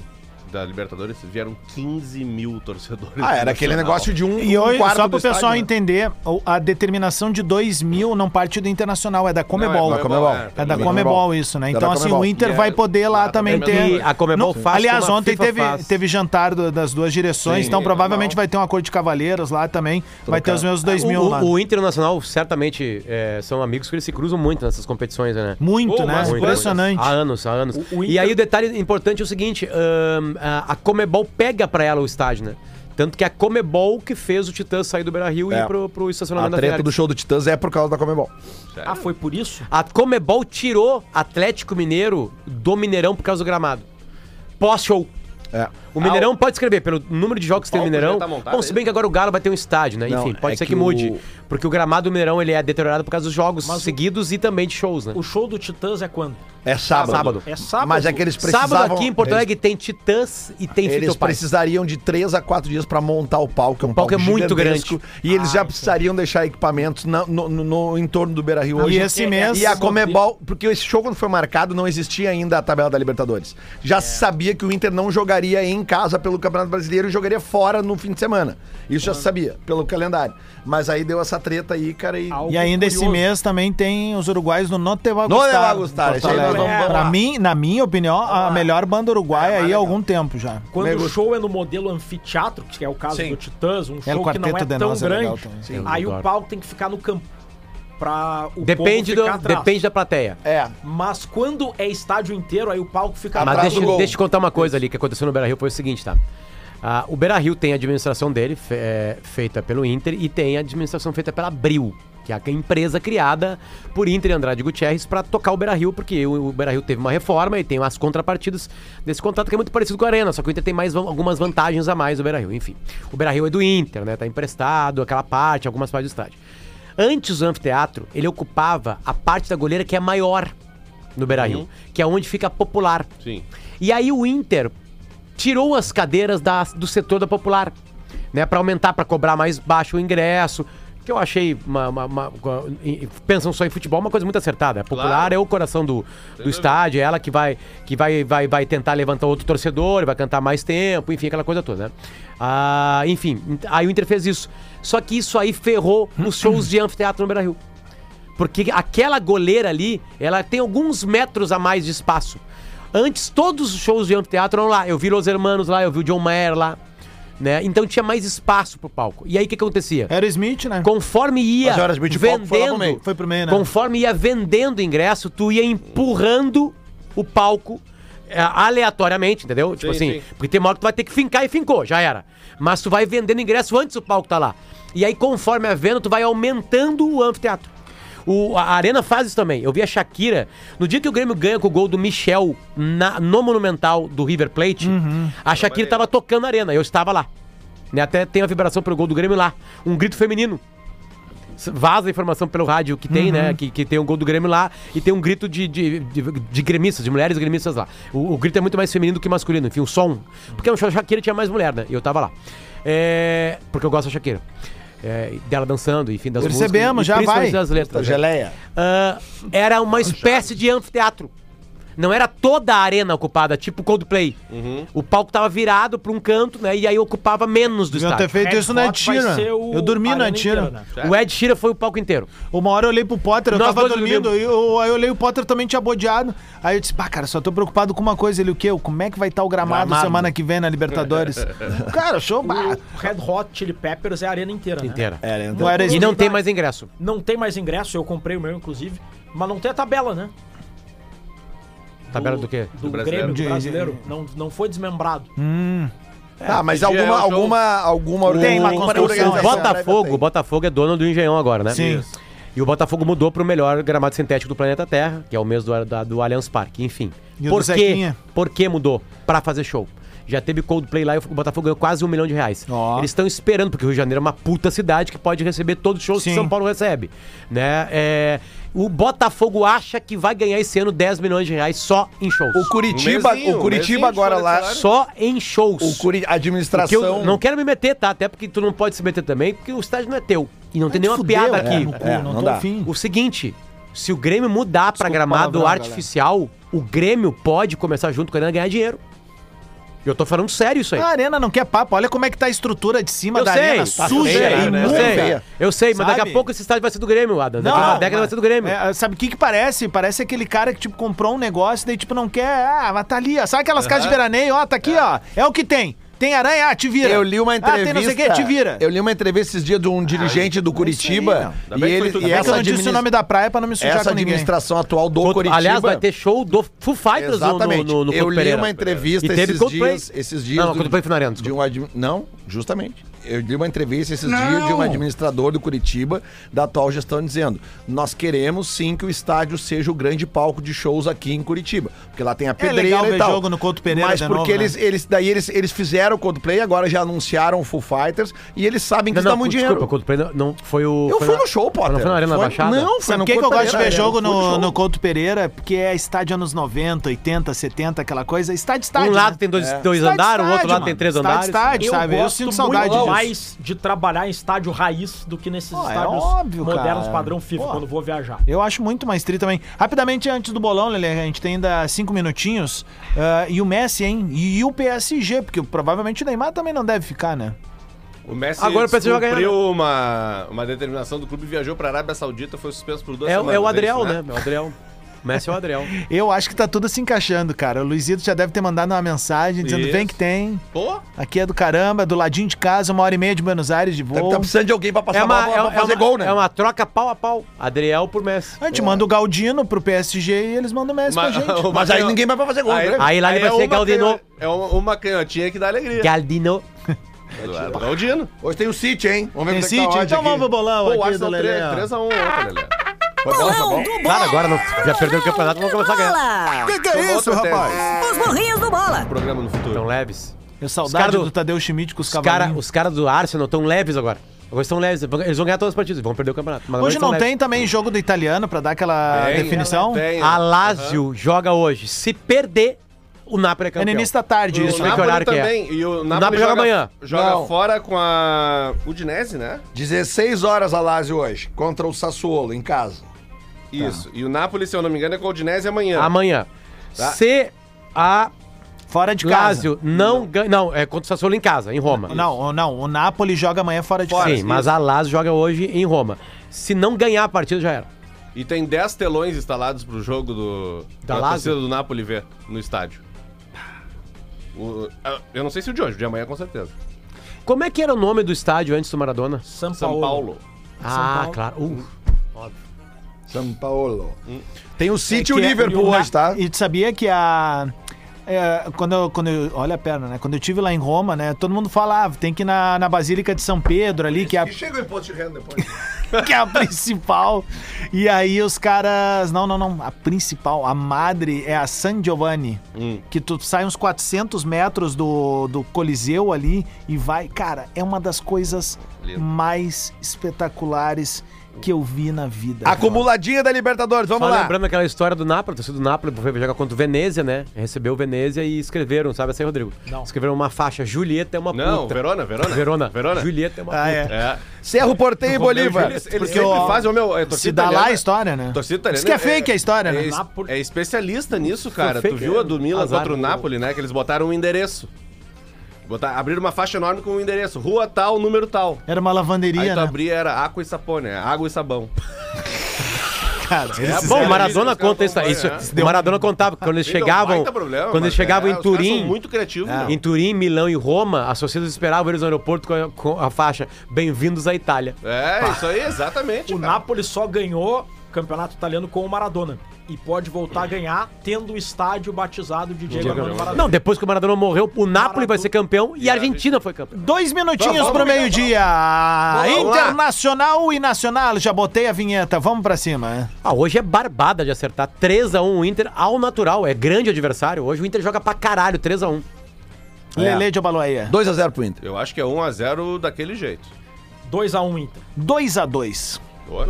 E: da Libertadores vieram 15 mil torcedores.
D: Ah,
E: do
D: era aquele
E: Nacional.
D: negócio de um,
C: E hoje,
D: um quarto
C: só
D: do
C: pro pessoal
D: estádio, né?
C: entender, o- a determinação de 2 mil não parte do Internacional, é da Comebol.
E: Não,
D: né? Da Comebol.
E: É,
C: É da
E: Comebol.
C: Comebol isso, né?
D: É da
C: Então, assim,
D: Comebol.
C: o Inter
E: E é-
C: vai poder lá
E: Ah,
C: também
E: também
C: ter.
F: E a Comebol
C: Não-
F: faz
C: Aliás,
F: como a
C: ontem
F: FIFA
C: teve,
F: faz.
C: teve jantar do- das duas direções,
E: Sim,
C: então
E: é
C: provavelmente
E: normal.
C: vai ter um acordo de cavaleiros lá também. Vai ter os meus 2
F: É, O,
C: mil lá.
F: o, o Internacional certamente é, são amigos que eles se cruzam muito nessas competições, né?
C: Muito,
E: Pô,
C: né?
E: mas
F: Muito,
C: Impressionante.
F: muito. Há anos, há anos.
G: o
F: E
G: Inter-
F: aí o detalhe importante é o seguinte: ahn, a a Comebol pega pra ela o estádio, né? Tanto que a Comebol que fez o Titã sair do Beira Rio e
D: É.
F: ir pro, pro
D: A
F: estacionamento da
D: treta
F: Fiat.
D: do show do Titãs é por causa da Comebol.
G: Ah, foi por isso?
F: A Comebol tirou Atlético Mineiro do Mineirão por causa do gramado. Pós-show.
D: É.
F: O Mineirão pode escrever pelo número de jogos que tem no
E: palco já
F: Mineirão.
E: tá montado,
F: Bom, se bem que agora o Galo vai ter um estádio, né?
D: Não,
F: Enfim, pode
D: é
F: ser que,
D: que o-
F: mude. Porque o gramado do Mineirão ele é deteriorado por causa dos jogos seguidos e também de shows, né?
G: O show do Titãs é quando?
D: É sábado.
F: Sábado.
G: É sábado.
D: Mas é que eles precisavam...
F: Sábado aqui em Porto Alegre tem Titãs e tem
D: Eles,
F: Fito
D: eles
F: Paz.
D: precisariam de 3 a 4 dias pra montar o palco. É um
F: palco é muito
D: gigantesco, E eles já precisariam deixar equipamentos na- no, no- no entorno do Beira-Rio hoje. É.
C: E esse mês.
D: E a Comebol, porque esse show quando foi marcado não existia ainda a tabela da Libertadores. Já se sabia que o Inter não jogaria em casa pelo Campeonato Brasileiro e jogaria fora no fim de semana. Isso já se sabia, pelo calendário. Mas aí deu essa treta aí, cara, e...
C: E ainda esse mês também tem os uruguaios no Noteva
D: Não
C: Gustar.
D: Deva Gustar, esse aí nós vamos- vamos
C: Pra
D: lá.
C: mim, na minha opinião, a melhor banda uruguaia aí há algum tempo já.
G: Quando
D: Nego-
G: o show é no modelo anfiteatro, que é o caso do Titãs, um show que não
C: Quarteto
G: é
C: de
G: tão
C: Nós é legal
G: grande,
C: também.
F: Sim.
G: aí
F: Eu
G: o
F: adoro.
G: palco tem que ficar no campo. Pra o
F: Depende,
G: povo
F: do,
G: ficar atrás.
F: depende da plateia.
D: É.
G: Mas quando é estádio inteiro, aí o palco fica
F: Mas
D: atrás
F: deixa,
D: do gol.
F: deixa eu contar uma coisa ali que aconteceu no Beira Rio, foi o seguinte, tá? Ah, o Beira Rio tem a administração dele, fe- é, feita pelo Inter, e tem a administração feita pela Abril, que é a empresa criada por Inter e Andrade Gutierrez pra tocar o Beira Rio, porque o, o Beira Rio teve uma reforma e tem as contrapartidas desse contrato que é muito parecido com a Arena, só que o Inter tem mais, van- algumas vantagens a mais do Beira Rio, enfim. O Beira Rio é do Inter, né? Tá emprestado, aquela parte, algumas partes do estádio. Antes do anfiteatro, ele ocupava a parte da goleira que é maior no Beira Rio, que é onde fica a popular.
E: Sim.
F: E aí o Inter tirou as cadeiras da- do setor da popular, né? Pra aumentar, pra cobrar mais baixo o ingresso. Que eu achei uma. uma- uma- uma- em- em- pensam só em futebol, uma coisa muito acertada. A popular
E: Claro.
F: é o coração do, do estádio, é ela que vai que vai, vai, vai tentar levantar outro torcedor, vai cantar mais tempo, enfim, aquela coisa toda, né? Ah, enfim, ent- aí o Inter fez isso. Só que isso aí ferrou os shows de anfiteatro no Beira Rio. Porque aquela goleira ali, ela tem alguns metros a mais de espaço. Antes, todos os shows de anfiteatro eram lá. Eu vi Los Hermanos lá, eu vi o John Mayer lá. Né? Então tinha mais espaço pro palco. E aí o que acontecia?
C: Era o Smith,
E: É.
C: né?
F: Conforme ia
D: Mas, horas, Smith, o palco foi lá pro
F: vendendo,
D: meio.
C: Foi pro meio, né?
F: conforme ia vendendo ingresso, tu ia empurrando o palco é, aleatoriamente, entendeu? tipo
E: Sim,
F: assim,
E: sim.
F: porque tem uma hora que tu vai ter que fincar e fincou, já era. Mas tu vai vendendo ingresso antes o palco tá lá. E aí, conforme a venda, tu vai aumentando o anfiteatro. O, a Arena faz isso também. Eu vi a Shakira. No dia que o Grêmio ganha com o gol do Michel na- no Monumental do River Plate,
E: Uhum.
F: a Shakira tava tocando a Arena. Eu estava lá. Né? Até tem a vibração pro gol do Grêmio lá. Um grito feminino vaza a informação pelo rádio que tem,
C: Uhum.
F: né? Que, que tem um gol do Grêmio lá e tem um grito de, de, de, de gremistas, de mulheres gremistas lá. O, o grito é muito mais feminino do que masculino, enfim, o som. Porque no show da Shakira tinha mais mulher, né? E eu tava lá. É, porque eu gosto da Shakira. É, dela dançando, enfim, das
C: Percebemos,
F: músicas. e
C: já
F: principalmente
C: vai.
F: das
G: Tá
F: letras. né?
D: Geleia.
F: Ah, era uma espécie de anfiteatro. Não era toda a arena ocupada, tipo Coldplay. O palco tava virado pra um canto, né? E aí ocupava menos do
C: Deviam ter
F: estádio.
C: feito isso na
G: Hot vai
C: Tira.
G: ser o
C: Eu dormi na
G: Arena
C: Tira.
G: inteira, né?
F: O Ed Sheeran foi o palco inteiro.
C: Uma hora eu olhei pro Potter, eu
F: Nós
C: tava
F: dois
C: dormindo.
F: dormimos.
C: Eu, eu- aí eu olhei o Potter também tinha bodeado. Aí eu disse, pá, cara, só tô preocupado com uma coisa. Ele, o quê? Como é que vai estar o gramado,
F: Gramado.
C: semana que vem na Libertadores? cara, show. bah.
G: O Red Hot Chili Peppers é a arena inteira, né?
F: Inteira.
C: Não era
F: E
C: isso.
F: não tem mais ingresso.
G: Não tem mais ingresso, eu comprei o meu, inclusive. Mas não tem a tabela, né?
F: Tabela Tá do quê?
G: Do,
E: brasileiro?
G: Grêmio,
C: De- Hum.
G: do brasileiro. Não, não foi desmembrado.
D: Tá, mas
E: Esse dia
D: alguma,
E: é o jogo.
D: alguma, alguma
C: Tem uma
D: alguma
C: construção,
F: O
D: organização
F: Botafogo, o Botafogo é dono do Engenhão agora, né?
C: Sim.
F: Isso. E o Botafogo mudou pro melhor gramado sintético do planeta Terra, que é o mesmo do, da- do Allianz Parque, enfim.
C: E o
F: por
C: do
F: quê?
C: Zequinha?
F: Por que mudou? Pra fazer show. Já teve Coldplay lá e o Botafogo ganhou quase um milhão de reais.
C: Ó.
F: Eles estão esperando, porque o Rio de Janeiro é uma puta cidade que pode receber todos os shows
C: Sim.
F: que São Paulo recebe. Né? É, o Botafogo acha que vai ganhar esse ano 10 milhões de reais só em shows.
D: O Curitiba,
E: Um mesinho,
D: assim, o Curitiba
E: um mesinho
D: agora
E: de
D: lá.
E: salário.
F: Só em shows.
D: O Curi, a
F: Porque
D: administração.
F: eu não quero me meter, tá? Até porque tu não pode se meter também, porque o estádio não é teu. E não tem nenhuma
C: Fudeu,
F: piada
C: cara,
F: aqui.
C: no cu,
D: Tá É,
C: não
D: não
C: tô
D: dá.
C: afim.
F: O seguinte, se o Grêmio mudar pra
C: Desculpa
F: gramado
C: o palavrão,
F: artificial, o Grêmio pode começar junto com a Arena a ganhar dinheiro. Eu tô falando sério isso aí.
D: Ah,
C: A arena não quer papo. Olha como é que tá a estrutura de cima
F: eu
C: da
F: sei,
C: arena.
F: tá
C: Suja,
F: feio,
C: e
F: né? eu
C: imunda.
F: sei, eu sei, mas daqui
C: Sabe?
F: a pouco esse estádio vai ser do Grêmio, Adam. Daqui a uma década vai ser do Grêmio.
C: é, sabe o que que parece? Parece aquele cara que, tipo, comprou um negócio e daí, tipo, não quer... Ah, mas tá ali, ó. Sabe aquelas casas de veraneio? Ó, tá aqui, ó. É o que tem. Tem aranha? Ah, te vira.
D: Eu li uma
C: Ah,
D: entrevista.
C: tem não sei o que, te vira.
D: Eu li uma entrevista esses dias de
E: Ah,
D: um dirigente do Curitiba.
E: Ainda
D: e
E: bem que foi
D: ele,
E: tudo
D: e
E: bem.
C: É que
D: essa,
C: eu não disse
D: administ-
C: o nome da praia pra não me sujar
D: essa
C: com ninguém.
D: administração atual do
F: Outro-
D: Curitiba.
F: Aliás, vai ter show do Foo Fighters no, no,
D: Exatamente.
F: no, no
D: eu
F: Couto
D: li
F: Pereira.
D: uma entrevista
F: E teve
D: esses
F: Coldplay.
D: dias, esses dias.
F: Não, Coldplay foi na Arena,
D: de um admi- Não, justamente. Eu li uma entrevista esses dias de um administrador do Curitiba, da atual gestão, dizendo: Nós queremos sim que o estádio seja o grande palco de shows aqui em Curitiba. Porque lá tem a pedreira
C: É legal
D: e
C: ver
D: tal.
C: jogo no Couto Pereira
D: Mas
C: de
D: porque
C: novo, né?
D: eles, eles, daí eles, eles fizeram o Coldplay, agora já anunciaram o Full Fighters e eles sabem que
F: Não,
D: isso dá
F: não,
D: muito
F: desculpa,
D: dinheiro.
F: Coldplay não, não foi o.
D: Eu
F: foi
D: fui
F: na-
D: no show, Potter.
F: Não foi na Arena da
D: Foi-
F: Baixada?
D: Não, foi
C: Sabe
D: no
C: por que, que eu
D: Couto
C: gosto de ver
D: Pereira,
C: jogo
D: eu fui
C: no,
D: show.
C: no Couto Pereira? Porque é estádio anos 90, 80, 70, aquela coisa. Estádio, estádio.
F: Um
C: né?
F: lado tem dois, dois
C: Estádio,
F: andares, o outro
C: estádio,
F: lado tem
C: mano.
F: três
C: Estádio,
F: andares.
C: Estádio,
G: Eu
C: sabe? Eu
G: gosto
C: sinto
G: muito
C: saudade disso.
G: mais de trabalhar em estádio raiz do que nesses
C: Pô, é
G: estádios
C: óbvio,
G: modernos
C: cara.
G: padrão FIFA,
C: Pô.
G: quando vou viajar.
C: Eu acho muito mais tri também. Rapidamente, antes do bolão, Lele, a gente tem ainda cinco minutinhos. Ah, e o Messi, hein? E, o PSG, porque provavelmente o Neymar também não deve ficar, né?
E: O Messi
F: Agora o PSG vai ganhar, né?
E: cumpriu uma, uma determinação do clube, viajou pra Arábia Saudita, foi suspenso por duas
F: É,
E: semanas.
F: é o Adriel,
E: isso,
F: né? É o Adriel. O Messi é o Adriel.
C: Eu acho que tá tudo se encaixando, cara. O Luizito já deve ter mandado uma mensagem dizendo:
E: Isso.
C: vem que tem.
E: Pô,
C: Aqui é do caramba, é do ladinho de casa, uma hora e meia de Buenos Aires de voo.
D: Tá precisando de alguém pra passar
F: É
D: a
F: uma,
D: bola
F: é,
D: pra
F: uma-
D: fazer
F: é uma-
D: gol, né?
F: é uma troca pau a pau. Adriel por Messi.
C: A gente manda o Galdino pro PSG e eles mandam o Messi
E: Mas-
C: pra gente.
D: Mas aí ninguém vai pra fazer gol, né?
F: Aí lá ele vai
E: é
F: ser
E: uma
F: Galdino.
E: canho- É uma, uma canhotinha que dá alegria.
F: Galdino.
E: Eduardo Galdino.
D: Hoje tem o City, hein? Vamos
C: Tem
D: ver como é que
C: City?
D: tá a odd
C: Então
D: aqui.
C: vamos pro bolão
E: Pô, o
C: aqui do
E: Arsenal
C: Lelê.
E: 3, 3 a 1 ontem, Lelê.
A: É
J: Bolão do
F: Claro, agora não- já perdeu o campeonato,
J: Bolão
F: vamos começar a ganhar.
J: do
A: Que que é isso,
E: Outra tese.
A: rapaz?
J: Bola. Os burrinhos do bola.
E: Programa no futuro.
F: Tão leves.
C: Eu
F: Os
C: saudade
F: cara do-
C: do Tadeu Schmidt com os
F: Os caras
C: cavalinhos.
F: os cara do Arsenal estão leves agora. Agora estão leves. Eles vão ganhar todas as partidas, vão perder o campeonato. Mas agora
C: Hoje
F: eles tão
C: não
F: leves.
C: tem também jogo do italiano pra dar aquela
E: Tem,
C: definição?
E: tem.
F: A Lazio joga hoje. Se perder, o Napoli é
C: É no
F: campeão.
C: início da tarde
E: O
C: isso, né?
F: que
E: Napoli
F: horário que é.
E: também. E o Napoli,
F: Napoli joga amanhã. Tá.
E: Joga
D: Não.
E: fora com a Udinese, né?
D: 16 horas a Lazio hoje, contra o Sassuolo, em casa.
E: Isso. E o Napoli, se eu não me engano, é com a Udinese amanhã.
F: Amanhã.
E: Tá.
F: Se a
C: Fora de casa.
F: Lazio não ganha... Não, é contra o Sassuolo em casa, em Roma.
C: Não, o- não, o Napoli joga amanhã fora de casa.
F: Sim, mas a Lazio joga hoje em Roma. Se não ganhar a partida, já era.
E: E tem 10 telões instalados pro jogo do
F: Da
E: pra
F: Lazio?
E: torcida do Napoli ver no estádio. O- ah, eu não sei se o de hoje, o de amanhã com certeza.
F: Como é que era o nome do estádio antes do Maradona?
G: São
C: Tá
E: São Paulo.
G: Paulo.
F: ah, claro. Uh,
D: São Paulo. Tem o City e o
C: Que é-
D: Liverpool
C: na-
D: hoje, tá?
C: E tu sabia que a. é, quando, eu, quando eu- Olha a perna, né? Quando eu tive lá em Roma, né? Todo mundo falava, tem que ir na, na Basílica de São Pedro ali, que é, a,
D: chega o imposto de renda depois.
C: que é a principal. E aí os caras. Não, não, não. A principal, a madre, é a San Giovanni.
E: Hum.
C: Que tu sai uns 400 metros do, do Coliseu ali e vai. Cara, é uma das coisas
E: Lindo.
C: mais espetaculares que eu vi na vida.
D: Acumuladinha da Libertadores, vamos
F: Só
D: lá.
F: lembrando aquela história do Napoli, torcida do Napoli, foi jogar contra o Venezia, né? Recebeu o Venezia e escreveram, sabe assim, Rodrigo?
G: Não.
F: Escreveram uma faixa, Julieta é uma
E: Não,
F: puta.
E: Verona, Verona.
F: Verona.
E: Verona.
F: Julieta é uma
C: Ah,
F: puta.
C: é.
E: É.
D: Cerro Porteio e Bolívar.
E: Eles, eles
C: Porque
E: sempre
C: o-
E: fazem, o meu, é
C: Se dá
E: torcida
C: lá a
E: italiana-
C: história, né?
E: Torcida italiana.
C: Isso que é fake a história, né?
E: É, es-
G: Napoli.
E: é especialista nisso, cara.
F: fake,
E: tu viu
F: é.
E: a do Milan
F: Azar
E: contra o
F: do-
E: Napoli, né? Que eles botaram um endereço. Botar, abriram uma faixa enorme com o endereço. Rua tal, número tal.
C: Era uma
E: Aí tá
C: lavanderia,
E: tu
C: né?
E: abria era água e sapone, é água e sabão.
C: Cara, eles
E: bom,
F: Bom,
E: É,
F: o Maradona
E: os caras
F: conta isso.
E: acompanham,
F: isso
E: né?
F: o Maradona contava que quando eles
E: Sim, não,
F: chegavam,
E: um baita problema,
F: quando
E: mas
F: eles chegavam
E: é,
F: em
E: os caras
F: Turim, é.
E: são muito criativos, né?
F: em Turim, Milão e Roma, as torcidas esperavam eles no aeroporto com a, com a faixa "Bem-vindos à Itália".
E: É, isso aí, exatamente.
G: O
E: cara.
G: Napoli só ganhou o campeonato italiano com o Maradona. E pode voltar a ganhar tendo o estádio batizado de Diego Armando É, Maradona.
F: Não, depois que o Maradona morreu, o Napoli vai ser campeão e a Argentina foi campeão.
C: Dois minutinhos pro meio-dia.
E: vamos lá.
C: Internacional e nacional. Já botei a vinheta. Vamos pra cima.
F: Ah, hoje é barbada de acertar 3 a 1 o Inter ao natural, é grande adversário. Hoje o Inter joga pra caralho, 3 a 1.
D: É.
C: Lele de Abaloaia.
D: 2x0 pro Inter.
E: Eu acho que é 1x0 daquele jeito.
G: 2x1 Inter.
C: 2 a 2
E: Boa.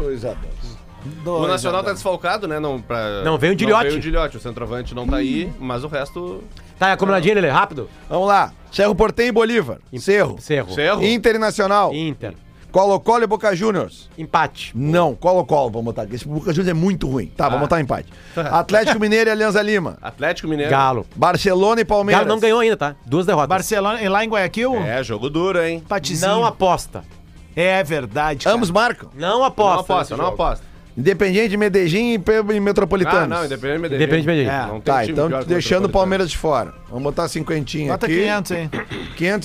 E: O Nacional tá desfalcado, né? Não, pra...
F: Não, veio o Dilhote.
E: veio o Dilhote, o centroavante não tá aí, mas o resto...
F: Tá, é acumuladinho, Lele, rápido.
D: Vamos lá. Cerro Porteio e Bolívar. Cerro.
F: Cerro.
E: Cerro.
D: Inter e Nacional.
F: Inter.
D: Colo-Colo e Boca Juniors.
F: Empate.
D: Não, Colo-Colo, vamos botar aqui. Esse Boca Juniors é muito ruim. Tá, vamos botar um empate. Atlético Mineiro e Alianza Lima.
E: Atlético Mineiro.
F: Galo.
D: Barcelona e Palmeiras.
F: Galo não ganhou ainda, tá? Duas derrotas.
C: Barcelona, e lá em Guayaquil?
E: É, jogo duro, hein?
C: Patizinho.
F: Não aposta.
C: É verdade, cara.
D: Ambos marcam.
E: Não
F: Não aposta.
E: aposta,
F: nesse
E: não
F: jogo.
E: aposta.
D: Independente de Medellín e Pe- e Metropolitanos.
E: Ah, não, independente de Medellín.
F: Independente de Medellín.
E: Não tem um
D: Tá,
E: time
D: então
E: pior que
D: deixando o
E: Metropolitano.
D: Palmeiras de fora. Vamos botar cinquentinha
C: Bota
D: aqui.
C: 500, hein?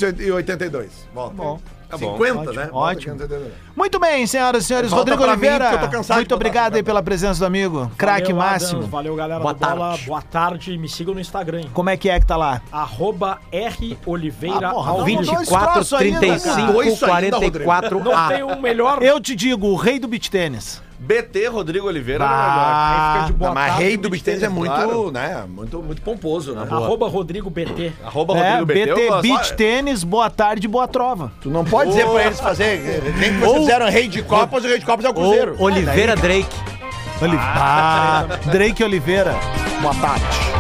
D: 582. Volta.
C: Bom.
E: Tá bom.
D: 50,
C: Ótimo,
D: né? Bota
C: ótimo.
D: 582.
C: Muito bem, senhoras e senhores.
D: Volta
C: Rodrigo
D: pra mim,
C: Oliveira.
D: porque eu tô cansado de
C: muito
D: botar
C: obrigado aí
D: cinquenta.
C: pela presença do amigo. Craque
G: Valeu,
C: máximo.
G: Adams. Valeu, galera
F: Boa
G: do Bola.
F: tarde.
G: Boa tarde. Me sigam no Instagram. hein?
C: Como é que é que tá lá?
G: Arroba R Oliveira
C: Ah, porra,
G: ao
C: não
G: vivo.
C: mudou esse troço
F: 24,
C: ainda,
F: 35,
D: cara. Isso ainda, Rodrigo.
F: 44
G: Não tem
F: A.
G: um melhor.
C: Eu te digo, o rei do beat tênis.
E: BT Rodrigo
D: Tá.
E: Oliveira
C: Bah.
E: ah,
G: Aí fica de boa
D: Não, mas
G: tarde,
D: rei do
G: me
D: beat tennis é
G: sigam.
D: muito,
E: claro.
D: né? Muito, muito pomposo, né?
G: Arroba Rodrigo BT.
E: Ah, Arroba
C: É,
E: Rodrigo BT. eu
C: BT
E: gosto.
C: Beat Tênis, boa tarde, boa trova.
D: Tu não pode dizer pra eles fazer. Nem que vocês fizeram rei de copas, o rei de copas é o Cruzeiro.
F: Ou Oliveira Drake.
C: Oli- Ah, Drake Oliveira. Boa tarde.